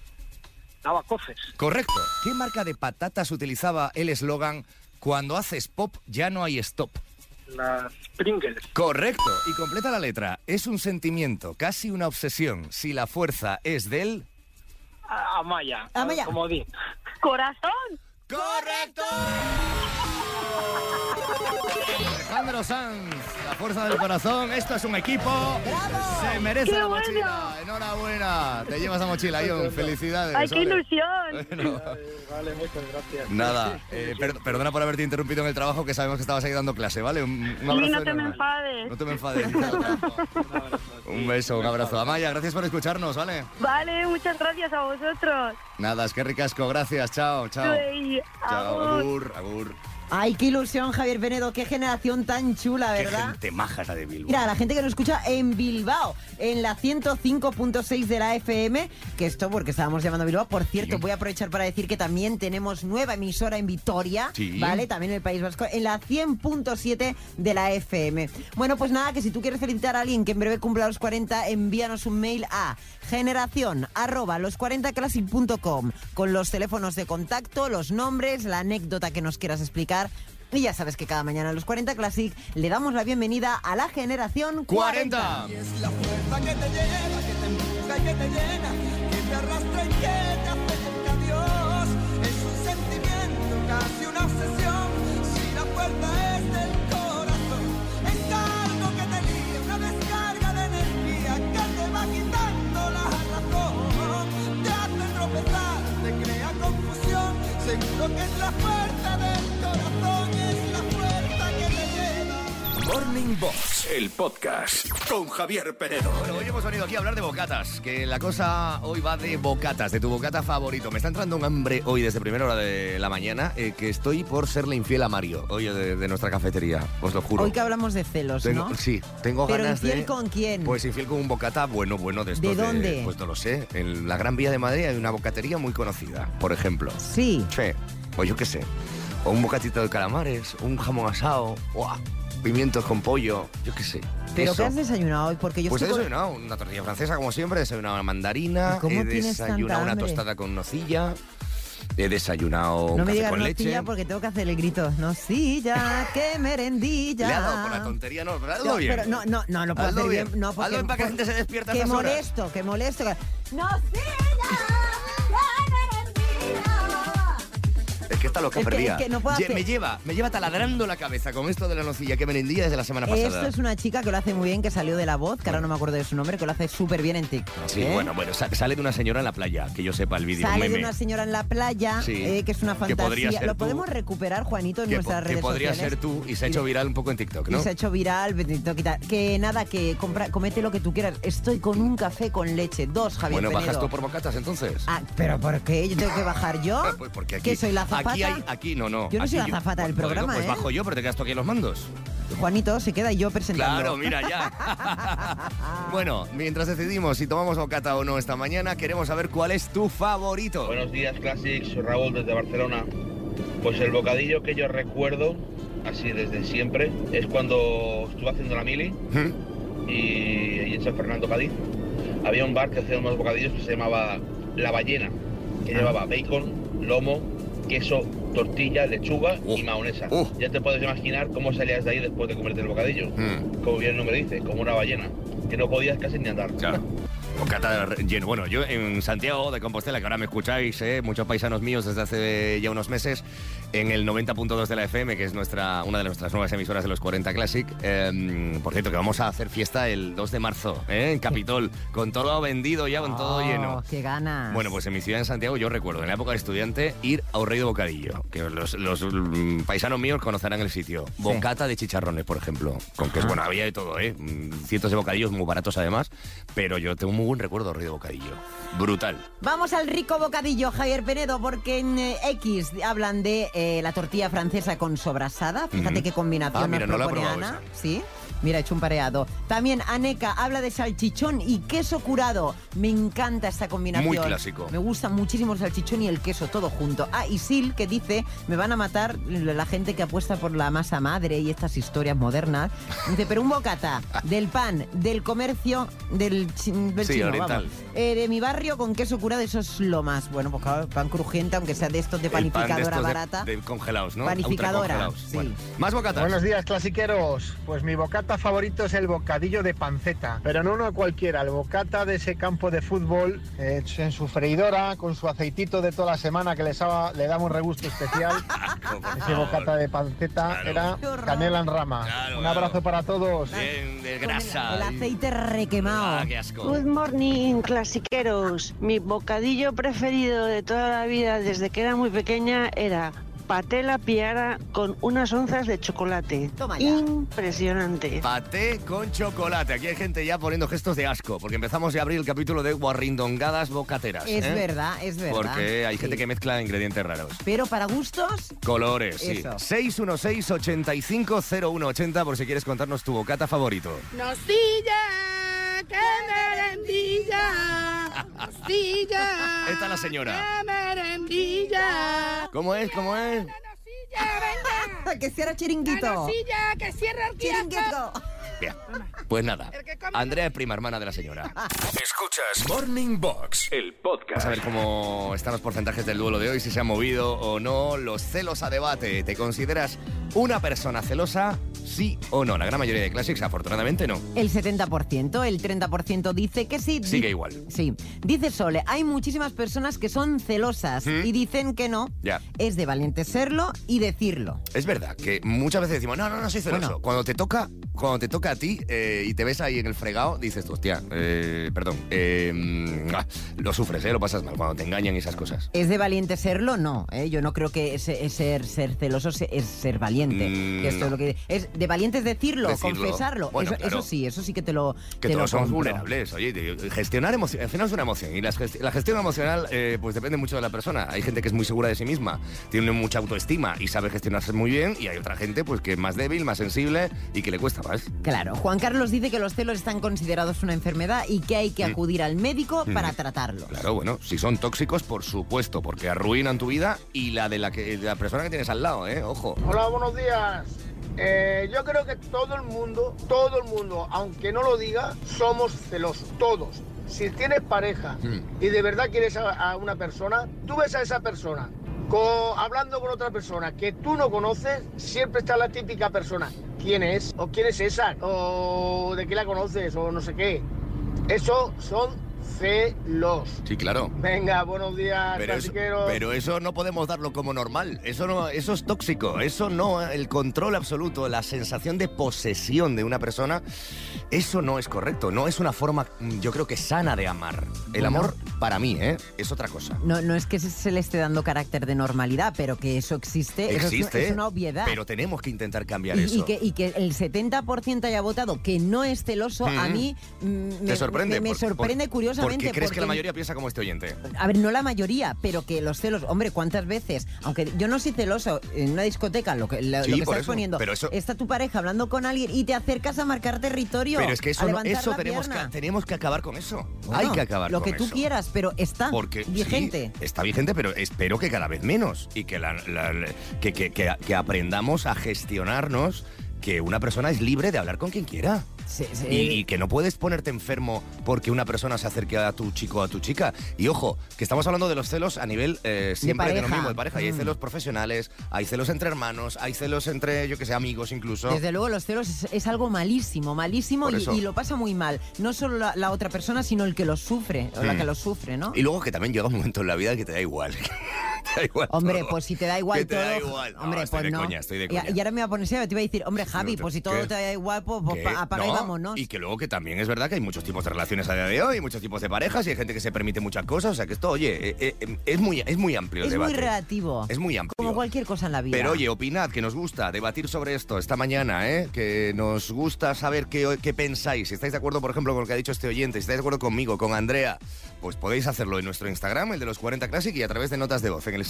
Speaker 10: Daba cofres.
Speaker 2: Correcto. ¿Qué marca de patatas utilizaba el eslogan Cuando haces pop ya no hay stop?
Speaker 10: Las Pringles.
Speaker 2: Correcto. Y completa la letra. Es un sentimiento, casi una obsesión. Si la fuerza es del...
Speaker 10: a- Amaya.
Speaker 11: Amaya.
Speaker 10: Como di.
Speaker 11: ¡Corazón!
Speaker 2: ¡Correcto! Alejandro Sanz, la fuerza del corazón, esto es un equipo. Se merece
Speaker 11: ¡Qué
Speaker 2: la
Speaker 11: bueno!
Speaker 2: mochila. Enhorabuena. Te llevas la mochila, Ion. Felicidades.
Speaker 11: ¡Ay, qué
Speaker 2: ole.
Speaker 11: ilusión!
Speaker 2: Bueno,
Speaker 10: Vale, muchas gracias.
Speaker 2: nada, eh, per- perdona por haberte interrumpido en el trabajo, que sabemos que estabas ahí dando clase, ¿vale? Un, un abrazo
Speaker 11: Y no te me
Speaker 2: enorme.
Speaker 11: enfades.
Speaker 2: No te me enfades. un beso, un abrazo. Amaya, gracias por escucharnos, ¿vale?
Speaker 11: Vale, muchas gracias a vosotros.
Speaker 2: Nada, es que ricasco, gracias. Chao, chao.
Speaker 11: Ey,
Speaker 2: Chao,
Speaker 11: agur.
Speaker 2: agur, agur.
Speaker 3: Ay, qué ilusión, Javier Venedo. Qué generación tan chula,
Speaker 2: Qué
Speaker 3: ¿verdad?
Speaker 2: gente maja la de Bilbo.
Speaker 3: Mira, la gente que nos escucha en Bilbao, en la 105.6 de la FM, que esto porque estábamos llamando a Bilbao. Por cierto, voy a aprovechar para decir que también tenemos nueva emisora en Vitoria,
Speaker 12: Sí.
Speaker 3: ¿vale? También en el País Vasco, en la 100.7 de la FM. Bueno, pues nada, que si tú quieres felicitar a alguien que en breve cumpla los 40, envíanos un mail a generación arroba los40classic.com con los teléfonos de contacto, los nombres, la anécdota que nos quieras explicar. Y ya sabes que cada mañana en los 40 Classic le damos la bienvenida a la generación 40.
Speaker 12: Es la fuerza que te lleva, que te empuja y que te llena, que te arrastra y que te acerca a Dios. Es un sentimiento, casi una obsesión, si la fuerza es del corazón. Es algo que te lía, una descarga de energía que te va quitando la razón. Te hace tropezar, te crea confusión, seguro que es la fuerza del corazón, es la fuerza que te lleva.
Speaker 1: Morning Box, el podcast con Javier Penedo.
Speaker 2: Bueno, hoy hemos venido aquí a hablar de bocatas, que la cosa hoy va de bocatas, de tu bocata favorito. Me está entrando un hambre hoy desde primera hora de la mañana, eh, que estoy por serle infiel a Mario, hoy eh, de, de nuestra cafetería, os lo juro.
Speaker 3: Hoy que hablamos de celos,
Speaker 2: Tengo-
Speaker 3: ¿no?
Speaker 2: Sí, tengo
Speaker 3: Pero
Speaker 2: ganas
Speaker 3: infiel
Speaker 2: de...
Speaker 3: con quién?
Speaker 2: Pues infiel con un bocata bueno, bueno de estos.
Speaker 3: ¿De dónde?
Speaker 2: pues no lo sé. En la Gran Vía de Madrid hay una bocatería muy conocida, por ejemplo.
Speaker 3: Sí.
Speaker 2: Sí. O pues yo qué sé. O un bocatito de calamares, un jamón asado, ¡buah! pimientos con pollo, yo qué sé.
Speaker 3: Pero
Speaker 2: Eso.
Speaker 3: ¿qué has desayunado hoy? Porque yo
Speaker 2: Pues he
Speaker 3: estoy con-
Speaker 2: desayunado una tortilla francesa, como siempre, he desayunado una mandarina,
Speaker 3: ¿Cómo
Speaker 2: he
Speaker 3: tienes tanta
Speaker 2: desayunado una
Speaker 3: hambre?
Speaker 2: tostada con nocilla, he desayunado un
Speaker 3: No me
Speaker 2: café
Speaker 3: digas
Speaker 2: con
Speaker 3: nocilla
Speaker 2: leche.
Speaker 3: porque tengo que hacer el grito. Nocilla, que merendilla.
Speaker 2: Le ha dado por la tontería, no, pero hazlo
Speaker 3: No,
Speaker 2: bien.
Speaker 3: pero no, no, no lo puedo
Speaker 2: Hazlo
Speaker 3: hacer bien.
Speaker 2: bien.
Speaker 3: No, porque,
Speaker 2: Hazlo bien para que la gente se despierta a
Speaker 3: Que
Speaker 2: esas horas.
Speaker 3: molesto, que molesto. que- ¡Nocilla!
Speaker 2: Es que está loca
Speaker 3: Es que-
Speaker 2: perdida.
Speaker 3: es que no puedo
Speaker 2: Ye-
Speaker 3: hacer-
Speaker 2: Me lleva, me lleva taladrando la cabeza con esto de la nocilla que merendilla desde la semana
Speaker 3: Esto
Speaker 2: pasada.
Speaker 3: es una chica que lo hace muy bien, que salió de la voz, que ahora no me acuerdo de su nombre, que lo hace súper bien en TikTok.
Speaker 2: Sí,
Speaker 3: ¿eh?
Speaker 2: bueno, bueno, sa- sale de una señora en la playa, que yo sepa el vídeo, un
Speaker 3: Sale de
Speaker 2: meme.
Speaker 3: una señora en la playa,
Speaker 2: Sí.
Speaker 3: eh, que es una
Speaker 2: Que podría
Speaker 3: fantasía.
Speaker 2: ser
Speaker 3: Lo
Speaker 2: tú.
Speaker 3: podemos recuperar, Juanito, en
Speaker 2: que, po-
Speaker 3: nuestras
Speaker 2: que
Speaker 3: redes
Speaker 2: podría
Speaker 3: sociales.
Speaker 2: ser tú y se ha hecho viral un poco en TikTok,
Speaker 3: Y
Speaker 2: ¿no?
Speaker 3: se ha hecho viral, bendito, quita- que nada, que compra, comete lo que tú quieras. Estoy con un café con leche, dos, Javier
Speaker 2: Bueno, bajas
Speaker 3: Penedo.
Speaker 2: tú por bocatas entonces.
Speaker 3: Ah, pero ¿por qué? ¿Yo tengo que bajar yo?
Speaker 2: Ah, pues porque aquí,
Speaker 3: ¿Que soy la zapata?
Speaker 2: Aquí, hay, aquí no, no.
Speaker 3: Yo no
Speaker 2: aquí
Speaker 3: soy la zafata del
Speaker 2: Bueno,
Speaker 3: programa,
Speaker 2: Pues
Speaker 3: ¿eh?
Speaker 2: bajo yo, pero te quedas tú aquí en los mandos.
Speaker 3: Juanito se queda y yo presentando. Ah.
Speaker 2: Claro, mira ya. bueno, mientras decidimos si tomamos bocata o no esta mañana, queremos saber cuál es tu favorito.
Speaker 13: Buenos días, Classics. Raúl desde Barcelona. Pues el bocadillo que yo recuerdo, así desde siempre, es cuando estuve haciendo la mili
Speaker 2: ¿Mm?
Speaker 13: y, y en San Fernando, Cádiz, había un bar que hacía unos bocadillos que se llamaba La Ballena, que llevaba bacon, lomo, queso, tortilla, lechuga y mahonesa.
Speaker 2: Uh,
Speaker 13: Ya te puedes imaginar cómo salías de ahí después de comerte el bocadillo.
Speaker 2: mm.
Speaker 13: Como bien el nombre dice, como una ballena, que no podías casi ni andar.
Speaker 2: Claro. Bocata re- lleno. Bueno, yo en Santiago de Compostela, que ahora me escucháis, ¿eh? muchos paisanos míos desde hace ya unos meses, en el 90.2 de la FM, que es nuestra, una de nuestras nuevas emisoras de los 40 Classic. eh, por cierto, que vamos a hacer fiesta el 2 de marzo, ¿eh? en Capitol, con todo vendido ya, con todo
Speaker 3: Oh,
Speaker 2: lleno.
Speaker 3: qué ganas.
Speaker 2: Bueno, pues en mi ciudad, en Santiago, yo recuerdo, en la época de estudiante, ir a un rey de bocadillo. Que los, los, mm, paisanos míos conocerán el sitio. Bocata de chicharrones, por ejemplo. Con
Speaker 3: Ah.
Speaker 2: que, bueno, había de todo, ¿eh? Mm, Cientos de bocadillos muy baratos, además. Pero yo tengo un muy buen recuerdo del rey de bocadillo. Brutal.
Speaker 3: Vamos al rico bocadillo, Javier Penedo, porque en eh, X hablan de eh, la tortilla francesa con sobrasada. Fíjate
Speaker 2: Ujú.
Speaker 3: qué combinación
Speaker 2: Ah, mira, no
Speaker 3: nos
Speaker 2: la he
Speaker 3: propone
Speaker 2: probado
Speaker 3: Ana. Sí. Mira, he hecho un pareado. También Aneca habla de salchichón y queso curado. Me encanta esta combinación.
Speaker 2: Muy clásico.
Speaker 3: Me gusta muchísimo el salchichón y el queso, todo junto. Ah, y Sil, que dice, me van a matar la gente que apuesta por la masa madre y estas historias modernas. Dice, pero un bocata del pan, del comercio, del, chi- del
Speaker 2: Sí,
Speaker 3: chino,
Speaker 2: oriental.
Speaker 3: vamos. Eh, de mi barrio con queso curado, eso es lo más. Bueno, pues claro, pan crujiente, aunque sea de estos de
Speaker 2: El pan de
Speaker 3: panificadora
Speaker 2: estos de-
Speaker 3: barata.
Speaker 2: de congelados, ¿no?
Speaker 3: Panificadora,
Speaker 2: Ultracongelados. Bueno, Más bocatas.
Speaker 14: Buenos días, clasiqueros. Pues mi bocata bocata favorito es el bocadillo de panceta, pero no uno cualquiera, el bocata de ese campo de fútbol eh, en su freidora, con su aceitito de toda la semana que les daba- le daba un regusto especial.
Speaker 2: Ah.
Speaker 14: ese bocata de panceta era canela en rama. un abrazo para todos.
Speaker 2: Bien, de grasa.
Speaker 3: El aceite requemado.
Speaker 2: Ah, qué asco.
Speaker 15: Good morning, clasiqueros. Mi bocadillo preferido de toda la vida desde que era muy pequeña era paté la piara con unas onzas de chocolate. Impresionante.
Speaker 2: Paté con chocolate. Aquí hay gente ya poniendo gestos de asco, porque empezamos ya a abrir el capítulo de guarrindongadas bocateras.
Speaker 3: Es
Speaker 2: ¿eh?
Speaker 3: verdad, es verdad.
Speaker 2: Porque hay
Speaker 3: Sí.
Speaker 2: gente que mezcla ingredientes raros.
Speaker 3: Pero para gustos,
Speaker 2: Colores, sí.
Speaker 3: Eso.
Speaker 2: 616-850180 por si quieres contarnos tu bocata favorito.
Speaker 16: Nocilla, que merendilla. Nocilla,
Speaker 2: Esta es la señora.
Speaker 16: que merendilla.
Speaker 2: ¿Cómo es? ¿Cómo es?
Speaker 3: ah, que cierra chiringuito.
Speaker 16: Nocilla, que cierra el kiosco.
Speaker 2: Bien. Pues nada. Andrea es prima hermana de la señora.
Speaker 1: Escuchas Morning Box, el
Speaker 2: Vamos
Speaker 1: podcast.
Speaker 2: a ver cómo están los porcentajes del duelo de hoy, si se han movido o no. Los celos a debate. ¿Te consideras una persona celosa? Sí o no. La gran mayoría de Classics, afortunadamente, no.
Speaker 3: El 70%, el 30% dice que sí.
Speaker 2: Sigue
Speaker 3: Di-
Speaker 2: igual.
Speaker 3: Sí. Dice Sole, hay muchísimas personas que son celosas y dicen que no.
Speaker 2: Ya.
Speaker 3: Es de valiente serlo y decirlo.
Speaker 2: Es verdad que muchas veces decimos, no, no, no soy celoso.
Speaker 3: Bueno.
Speaker 2: Cuando te toca, cuando te toca a ti eh, y te ves ahí en el fregado, dices, tú, hostia, eh, perdón, eh, mm, ah, lo sufres, eh, lo pasas mal cuando te engañan y esas cosas.
Speaker 3: ¿Es de valiente serlo? No. ¿eh? Yo no creo que ese- es ser, ser celoso se- es ser valiente.
Speaker 2: Mm,
Speaker 3: Que esto
Speaker 2: no.
Speaker 3: es, lo que, es de valiente es decirlo,
Speaker 2: Decirlo.
Speaker 3: confesarlo.
Speaker 2: Bueno,
Speaker 3: eso,
Speaker 2: claro.
Speaker 3: eso sí, eso sí que te lo.
Speaker 2: Que
Speaker 3: te lo
Speaker 2: todos somos
Speaker 3: compro.
Speaker 2: vulnerables, oye, de- gestionar emociones, al final es una emoción, y las gest- la gestión emocional eh, pues depende mucho de la persona. Hay gente que es muy segura de sí misma, tiene mucha autoestima y sabe gestionarse muy bien, y hay otra gente pues que es más débil, más sensible y que le cuesta más.
Speaker 3: Claro, Juan Carlos dice que los celos están considerados una enfermedad y que hay que
Speaker 2: Mm.
Speaker 3: acudir al médico
Speaker 2: Mm.
Speaker 3: para tratarlo.
Speaker 2: Claro, bueno, si son tóxicos, por supuesto, porque arruinan tu vida y la de la, que, de la persona que tienes al lado, ¿eh? Ojo.
Speaker 17: Hola, buenos días. Eh, yo creo que todo el mundo, todo el mundo, aunque no lo diga, somos celosos, todos. Si tienes pareja
Speaker 2: Mm.
Speaker 17: y de verdad quieres a, a una persona, tú ves a esa persona co- hablando con otra persona que tú no conoces, siempre está la típica persona. ¿Quién es? ¿O quién es esa? ¿O de qué la conoces? ¿O no sé qué? Eso son celos.
Speaker 2: Sí, claro.
Speaker 17: Venga, buenos días,
Speaker 2: Pero eso,
Speaker 17: clasiqueros.
Speaker 2: pero eso no podemos darlo como normal. Eso no, eso es tóxico. Eso no, el control absoluto, la sensación de posesión de una persona, eso no es correcto. No es una forma, mm, yo creo que sana de amar. El
Speaker 3: Bueno.
Speaker 2: amor, para mí, ¿eh? es otra cosa.
Speaker 3: No, no es que se- se le esté dando carácter de normalidad, pero que eso existe, Eh, eso es una-
Speaker 2: Existe,
Speaker 3: es, una obviedad.
Speaker 2: pero tenemos que intentar cambiar
Speaker 3: y,
Speaker 2: eso.
Speaker 3: y que, y que el 70% haya votado que no es celoso, a
Speaker 2: Mm.
Speaker 3: mí mm, me
Speaker 2: ¿Te sorprende?
Speaker 3: me- me
Speaker 2: Por- por-
Speaker 3: sorprende curiosamente.
Speaker 2: Porque crees que la
Speaker 3: porque-
Speaker 2: mayoría piensa como este oyente.
Speaker 3: A ver, no la mayoría, pero que los celos, hombre, ¿cuántas veces? Aunque yo no soy celoso, en una discoteca, lo que, la-
Speaker 2: Sí,
Speaker 3: lo que
Speaker 2: por
Speaker 3: estás
Speaker 2: eso,
Speaker 3: poniendo,
Speaker 2: pero eso-
Speaker 3: está tu pareja hablando con alguien y te acercas a marcar territorio.
Speaker 2: Pero es que
Speaker 3: a
Speaker 2: eso, no-
Speaker 3: levantar
Speaker 2: eso
Speaker 3: la
Speaker 2: tenemos, que,
Speaker 3: pierna.
Speaker 2: tenemos que acabar con eso.
Speaker 3: Bueno,
Speaker 2: Hay que acabar
Speaker 3: Lo
Speaker 2: con
Speaker 3: que tú
Speaker 2: eso.
Speaker 3: quieras, pero está
Speaker 2: Porque sí,
Speaker 3: Ah, vigente.
Speaker 2: está vigente, pero espero que cada vez menos y que, la- la- la- que, que- que- que aprendamos a gestionarnos que una persona es libre de hablar con quien quiera.
Speaker 3: Sí, sí.
Speaker 2: Y, y que no puedes ponerte enfermo porque una persona se acerque a tu chico o a tu chica. Y ojo, que estamos hablando de los celos a nivel eh, siempre de, lo
Speaker 3: pareja.
Speaker 2: mismo, de pareja. Y hay
Speaker 3: Mm.
Speaker 2: celos profesionales, hay celos entre hermanos, hay celos entre, yo que sé, amigos incluso.
Speaker 3: Desde luego, los celos es, es algo malísimo, malísimo
Speaker 2: Por
Speaker 3: y,
Speaker 2: eso.
Speaker 3: y lo pasa muy mal. No solo la, la otra persona, sino el que lo sufre, o la
Speaker 2: Mm.
Speaker 3: que lo sufre, ¿no?
Speaker 2: Y luego que también llega un momento en la vida que te da igual. Te da igual
Speaker 3: Hombre,
Speaker 2: todo.
Speaker 3: pues si te da igual
Speaker 2: Que te
Speaker 3: todo.
Speaker 2: da igual. No,
Speaker 3: Hombre,
Speaker 2: estoy
Speaker 3: pues
Speaker 2: de
Speaker 3: no.
Speaker 2: coña, estoy de
Speaker 3: Y-
Speaker 2: coña.
Speaker 3: Y, ahora me voy a poner serio, te iba a decir, hombre, Javi,
Speaker 2: te-
Speaker 3: pues si todo
Speaker 2: ¿qué?
Speaker 3: te da igual, pues, pues
Speaker 2: ¿Qué?
Speaker 3: pa- apaga
Speaker 2: No,
Speaker 3: y vámonos.
Speaker 2: Y que luego que también es verdad que hay muchos tipos de relaciones a día de hoy, muchos tipos de parejas y hay gente que se permite muchas cosas. O sea que esto, oye, eh, eh, eh, es, muy, es muy amplio el
Speaker 3: es muy
Speaker 2: debate.
Speaker 3: relativo.
Speaker 2: es muy amplio.
Speaker 3: Como cualquier cosa en la vida.
Speaker 2: Pero oye, opinad, que nos gusta debatir sobre esto esta mañana, ¿eh? que nos gusta saber qué, qué pensáis. Si estáis de acuerdo, por ejemplo, con lo que ha dicho este oyente, si estáis de acuerdo conmigo, con Andrea, pues podéis hacerlo en nuestro Instagram, el de los 40 Classic, y a través de notas de voz, en el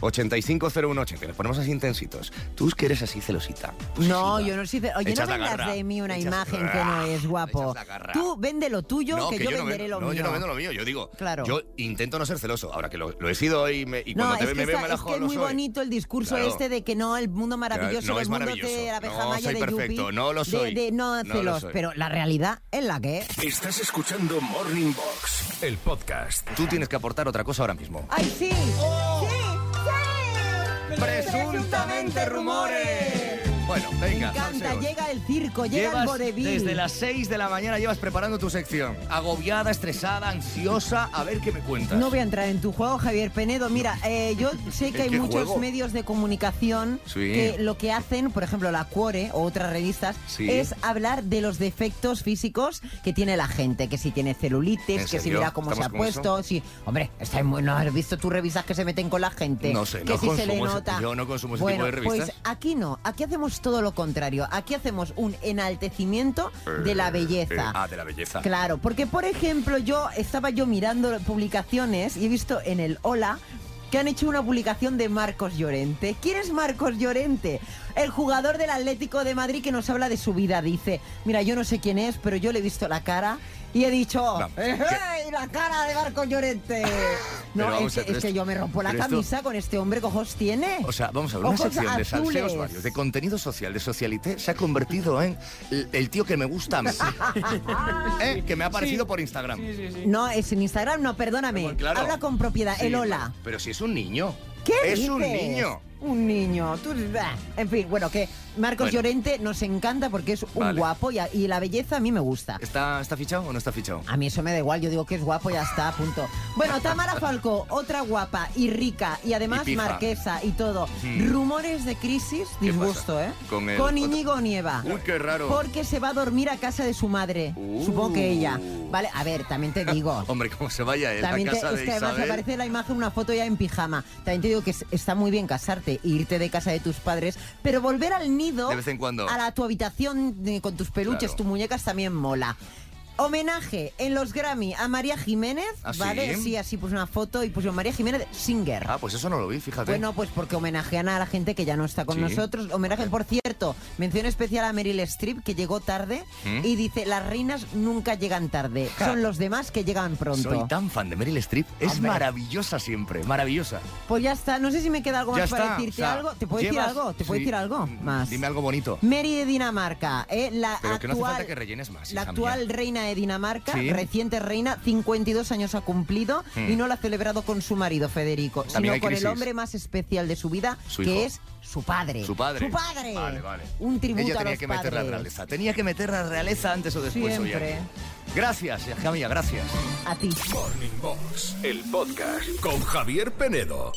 Speaker 2: 616-850180. Les ponemos así intensitos. Tú que eres así celosita. Pues
Speaker 3: No, yo no sé. Oye,
Speaker 2: Echas
Speaker 3: no
Speaker 2: la
Speaker 3: vendas
Speaker 2: garra,
Speaker 3: de mí una
Speaker 2: echas-
Speaker 3: imagen que no es guapo.
Speaker 2: garra.
Speaker 3: Tú vende lo tuyo,
Speaker 2: No,
Speaker 3: que, yo,
Speaker 2: no
Speaker 3: venderé
Speaker 2: vendo-
Speaker 3: lo
Speaker 2: no,
Speaker 3: mío.
Speaker 2: yo no vendo lo mío, yo digo.
Speaker 3: Claro.
Speaker 2: Yo intento no ser celoso. Ahora que lo, lo he sido y, me- y
Speaker 3: No,
Speaker 2: cuando
Speaker 3: es
Speaker 2: te
Speaker 3: que,
Speaker 2: me veo
Speaker 3: está-
Speaker 2: me
Speaker 3: es
Speaker 2: la
Speaker 3: que es muy bonito el discurso
Speaker 2: Claro.
Speaker 3: este de que no, el mundo maravilloso,
Speaker 2: no
Speaker 3: los
Speaker 2: es
Speaker 3: mundos
Speaker 2: maravilloso.
Speaker 3: de la abeja
Speaker 2: No,
Speaker 3: maya
Speaker 2: soy
Speaker 3: de
Speaker 2: perfecto,
Speaker 3: Yupi,
Speaker 2: no lo
Speaker 3: de-
Speaker 2: soy.
Speaker 3: de no
Speaker 2: No lo
Speaker 3: celos,
Speaker 2: soy.
Speaker 3: pero la realidad es la que es.
Speaker 1: Estás escuchando Morning Box, el podcast.
Speaker 2: Tú tienes que aportar otra cosa ahora mismo.
Speaker 3: ¡Ay, sí!
Speaker 2: Oh.
Speaker 3: ¡Sí! ¡Sí!
Speaker 2: Presuntamente rumores. Bueno, Bueno, venga.
Speaker 3: Me encanta,
Speaker 2: consejo.
Speaker 3: llega el circo, llega el
Speaker 2: Llevas
Speaker 3: vodevil.
Speaker 2: Desde las 6 de la mañana llevas preparando tu sección. Agobiada, estresada, ansiosa. A ver qué me cuentas.
Speaker 3: No voy a entrar en tu juego, Javier Penedo. Mira, eh, yo sé que
Speaker 2: ¿En
Speaker 3: hay
Speaker 2: qué
Speaker 3: muchos
Speaker 2: juego?
Speaker 3: medios de comunicación
Speaker 2: Sí.
Speaker 3: que lo que hacen, por ejemplo, la Cuore o otras revistas,
Speaker 2: Sí.
Speaker 3: es hablar de los defectos físicos que tiene la gente. Que si tiene
Speaker 2: ¿En
Speaker 3: celulitis, que si
Speaker 2: serio?
Speaker 3: mira cómo se
Speaker 2: ¿Estamos
Speaker 3: ha
Speaker 2: con eso?
Speaker 3: puesto. Sí. Hombre, está muy- ¿no has visto tus revistas que se meten con la gente?
Speaker 2: No sé,
Speaker 3: que
Speaker 2: no
Speaker 3: si se le
Speaker 2: consumo ese-
Speaker 3: nota.
Speaker 2: yo no consumo ese tipo
Speaker 3: Bueno,
Speaker 2: de revistas.
Speaker 3: Pues aquí no, aquí hacemos todo lo contrario. Aquí hacemos un enaltecimiento pues, de la
Speaker 2: Eh,
Speaker 3: belleza.
Speaker 2: eh, ah, de la belleza.
Speaker 3: Claro, porque por ejemplo yo estaba yo mirando publicaciones y he visto en el Hola que han hecho una publicación de Marcos Llorente. ¿Quién es Marcos Llorente? El jugador del Atlético de Madrid que nos habla de su vida. Dice, mira, yo no sé quién es, pero yo le he visto la cara y he dicho,
Speaker 2: Vamos,
Speaker 3: "Eh, eh, la cara de Marcos Llorente!
Speaker 2: Pero
Speaker 3: no,
Speaker 2: vamos
Speaker 3: es,
Speaker 2: a
Speaker 3: que,
Speaker 2: ver,
Speaker 3: es que
Speaker 2: esto-
Speaker 3: yo me rompo la
Speaker 2: pero esto-
Speaker 3: camisa con este hombre que ojos tiene.
Speaker 2: O sea, vamos a ver, una
Speaker 3: Ojos
Speaker 2: sección de salseos
Speaker 3: azules.
Speaker 2: varios, de contenido social, de socialité, se ha convertido en el, el tío que me gusta a mí. ¿Eh? Que me ha aparecido por Instagram.
Speaker 3: No, es en Instagram, no, perdóname.
Speaker 2: claro.
Speaker 3: Habla con propiedad,
Speaker 2: Sí,
Speaker 3: Ah, el Hola.
Speaker 2: Pero si es un niño.
Speaker 3: ¿Qué
Speaker 2: Es un
Speaker 3: dices?
Speaker 2: niño.
Speaker 3: Un niño. Tú- bah. En fin, bueno, que Marcos
Speaker 2: Bueno.
Speaker 3: Llorente nos encanta porque es un
Speaker 2: Vale.
Speaker 3: guapo y, a- y la belleza a mí me gusta.
Speaker 2: ¿Está, ¿Está fichado o no está fichado?
Speaker 3: A mí eso me da igual, yo digo que es guapo y ya está, punto. Bueno, Tamara Falco, otra guapa y rica y además
Speaker 2: Y pija.
Speaker 3: marquesa y todo.
Speaker 2: Mm.
Speaker 3: Rumores de crisis,
Speaker 2: ¿Qué
Speaker 3: disgusto,
Speaker 2: pasa?
Speaker 3: ¿eh?
Speaker 2: Con el otro-
Speaker 3: Íñigo Nieva.
Speaker 2: Uy, qué raro.
Speaker 3: Porque se va a dormir a casa de su madre. Supongo que ella.
Speaker 2: Uh.
Speaker 3: Vale, a ver, también te digo.
Speaker 2: Hombre, como se vaya él a
Speaker 3: Ah. También te-
Speaker 2: casa
Speaker 3: es
Speaker 2: de
Speaker 3: que además
Speaker 2: Isabel.
Speaker 3: aparece en la imagen una foto ya en pijama. También te digo que es- está muy bien casarte e irte de casa de tus padres, pero volver al nido,
Speaker 2: De vez en cuando.
Speaker 3: a la, tu habitación eh, con tus peluches,
Speaker 2: Claro.
Speaker 3: tus muñecas también mola. Homenaje en los Grammy a María Jiménez,
Speaker 2: ¿Ah, sí?
Speaker 3: ¿vale? Sí, así puse una foto y puse María Jiménez Singer.
Speaker 2: Ah, pues eso no lo vi, fíjate.
Speaker 3: Bueno, pues porque homenajean a la gente que ya no está con
Speaker 2: Sí.
Speaker 3: nosotros. Homenaje, por cierto, mención especial a Meryl Streep, que llegó tarde
Speaker 2: ¿Mm?
Speaker 3: y dice, las reinas nunca llegan tarde,
Speaker 2: Ja.
Speaker 3: son los demás que llegan pronto.
Speaker 2: Soy tan fan de Meryl Streep. Es
Speaker 3: Hombre.
Speaker 2: maravillosa siempre, maravillosa.
Speaker 3: Pues ya está, no sé si me queda algo
Speaker 2: Ya
Speaker 3: más para
Speaker 2: está,
Speaker 3: decirte
Speaker 2: o sea,
Speaker 3: algo. ¿Te puedo decir
Speaker 2: llevas-
Speaker 3: algo? ¿Te puedo
Speaker 2: sí. mm,
Speaker 3: decir algo más?
Speaker 2: Dime algo bonito.
Speaker 3: Mary de Dinamarca, eh, la
Speaker 2: Pero
Speaker 3: actual,
Speaker 2: que no hace falta que rellenes más,
Speaker 3: la
Speaker 2: hija
Speaker 3: actual
Speaker 2: mía.
Speaker 3: reina de Dinamarca,
Speaker 2: Sí.
Speaker 3: reciente reina, 52 años ha cumplido
Speaker 2: Hmm.
Speaker 3: y no la ha celebrado con su marido Federico,
Speaker 2: También hay
Speaker 3: sino con el
Speaker 2: crisis.
Speaker 3: hombre más especial de su vida,
Speaker 2: Su
Speaker 3: que
Speaker 2: hijo.
Speaker 3: es su padre.
Speaker 2: Su padre.
Speaker 3: Su padre.
Speaker 2: Vale, vale.
Speaker 3: Un tributo
Speaker 2: Ella tenía
Speaker 3: a los
Speaker 2: que meter la
Speaker 3: padres.
Speaker 2: realeza. Tenía que meter la realeza antes o después. oye.
Speaker 3: Siempre.
Speaker 2: Gracias, hija mía, gracias.
Speaker 3: A ti.
Speaker 1: Morning Box, el podcast con Javier Penedo.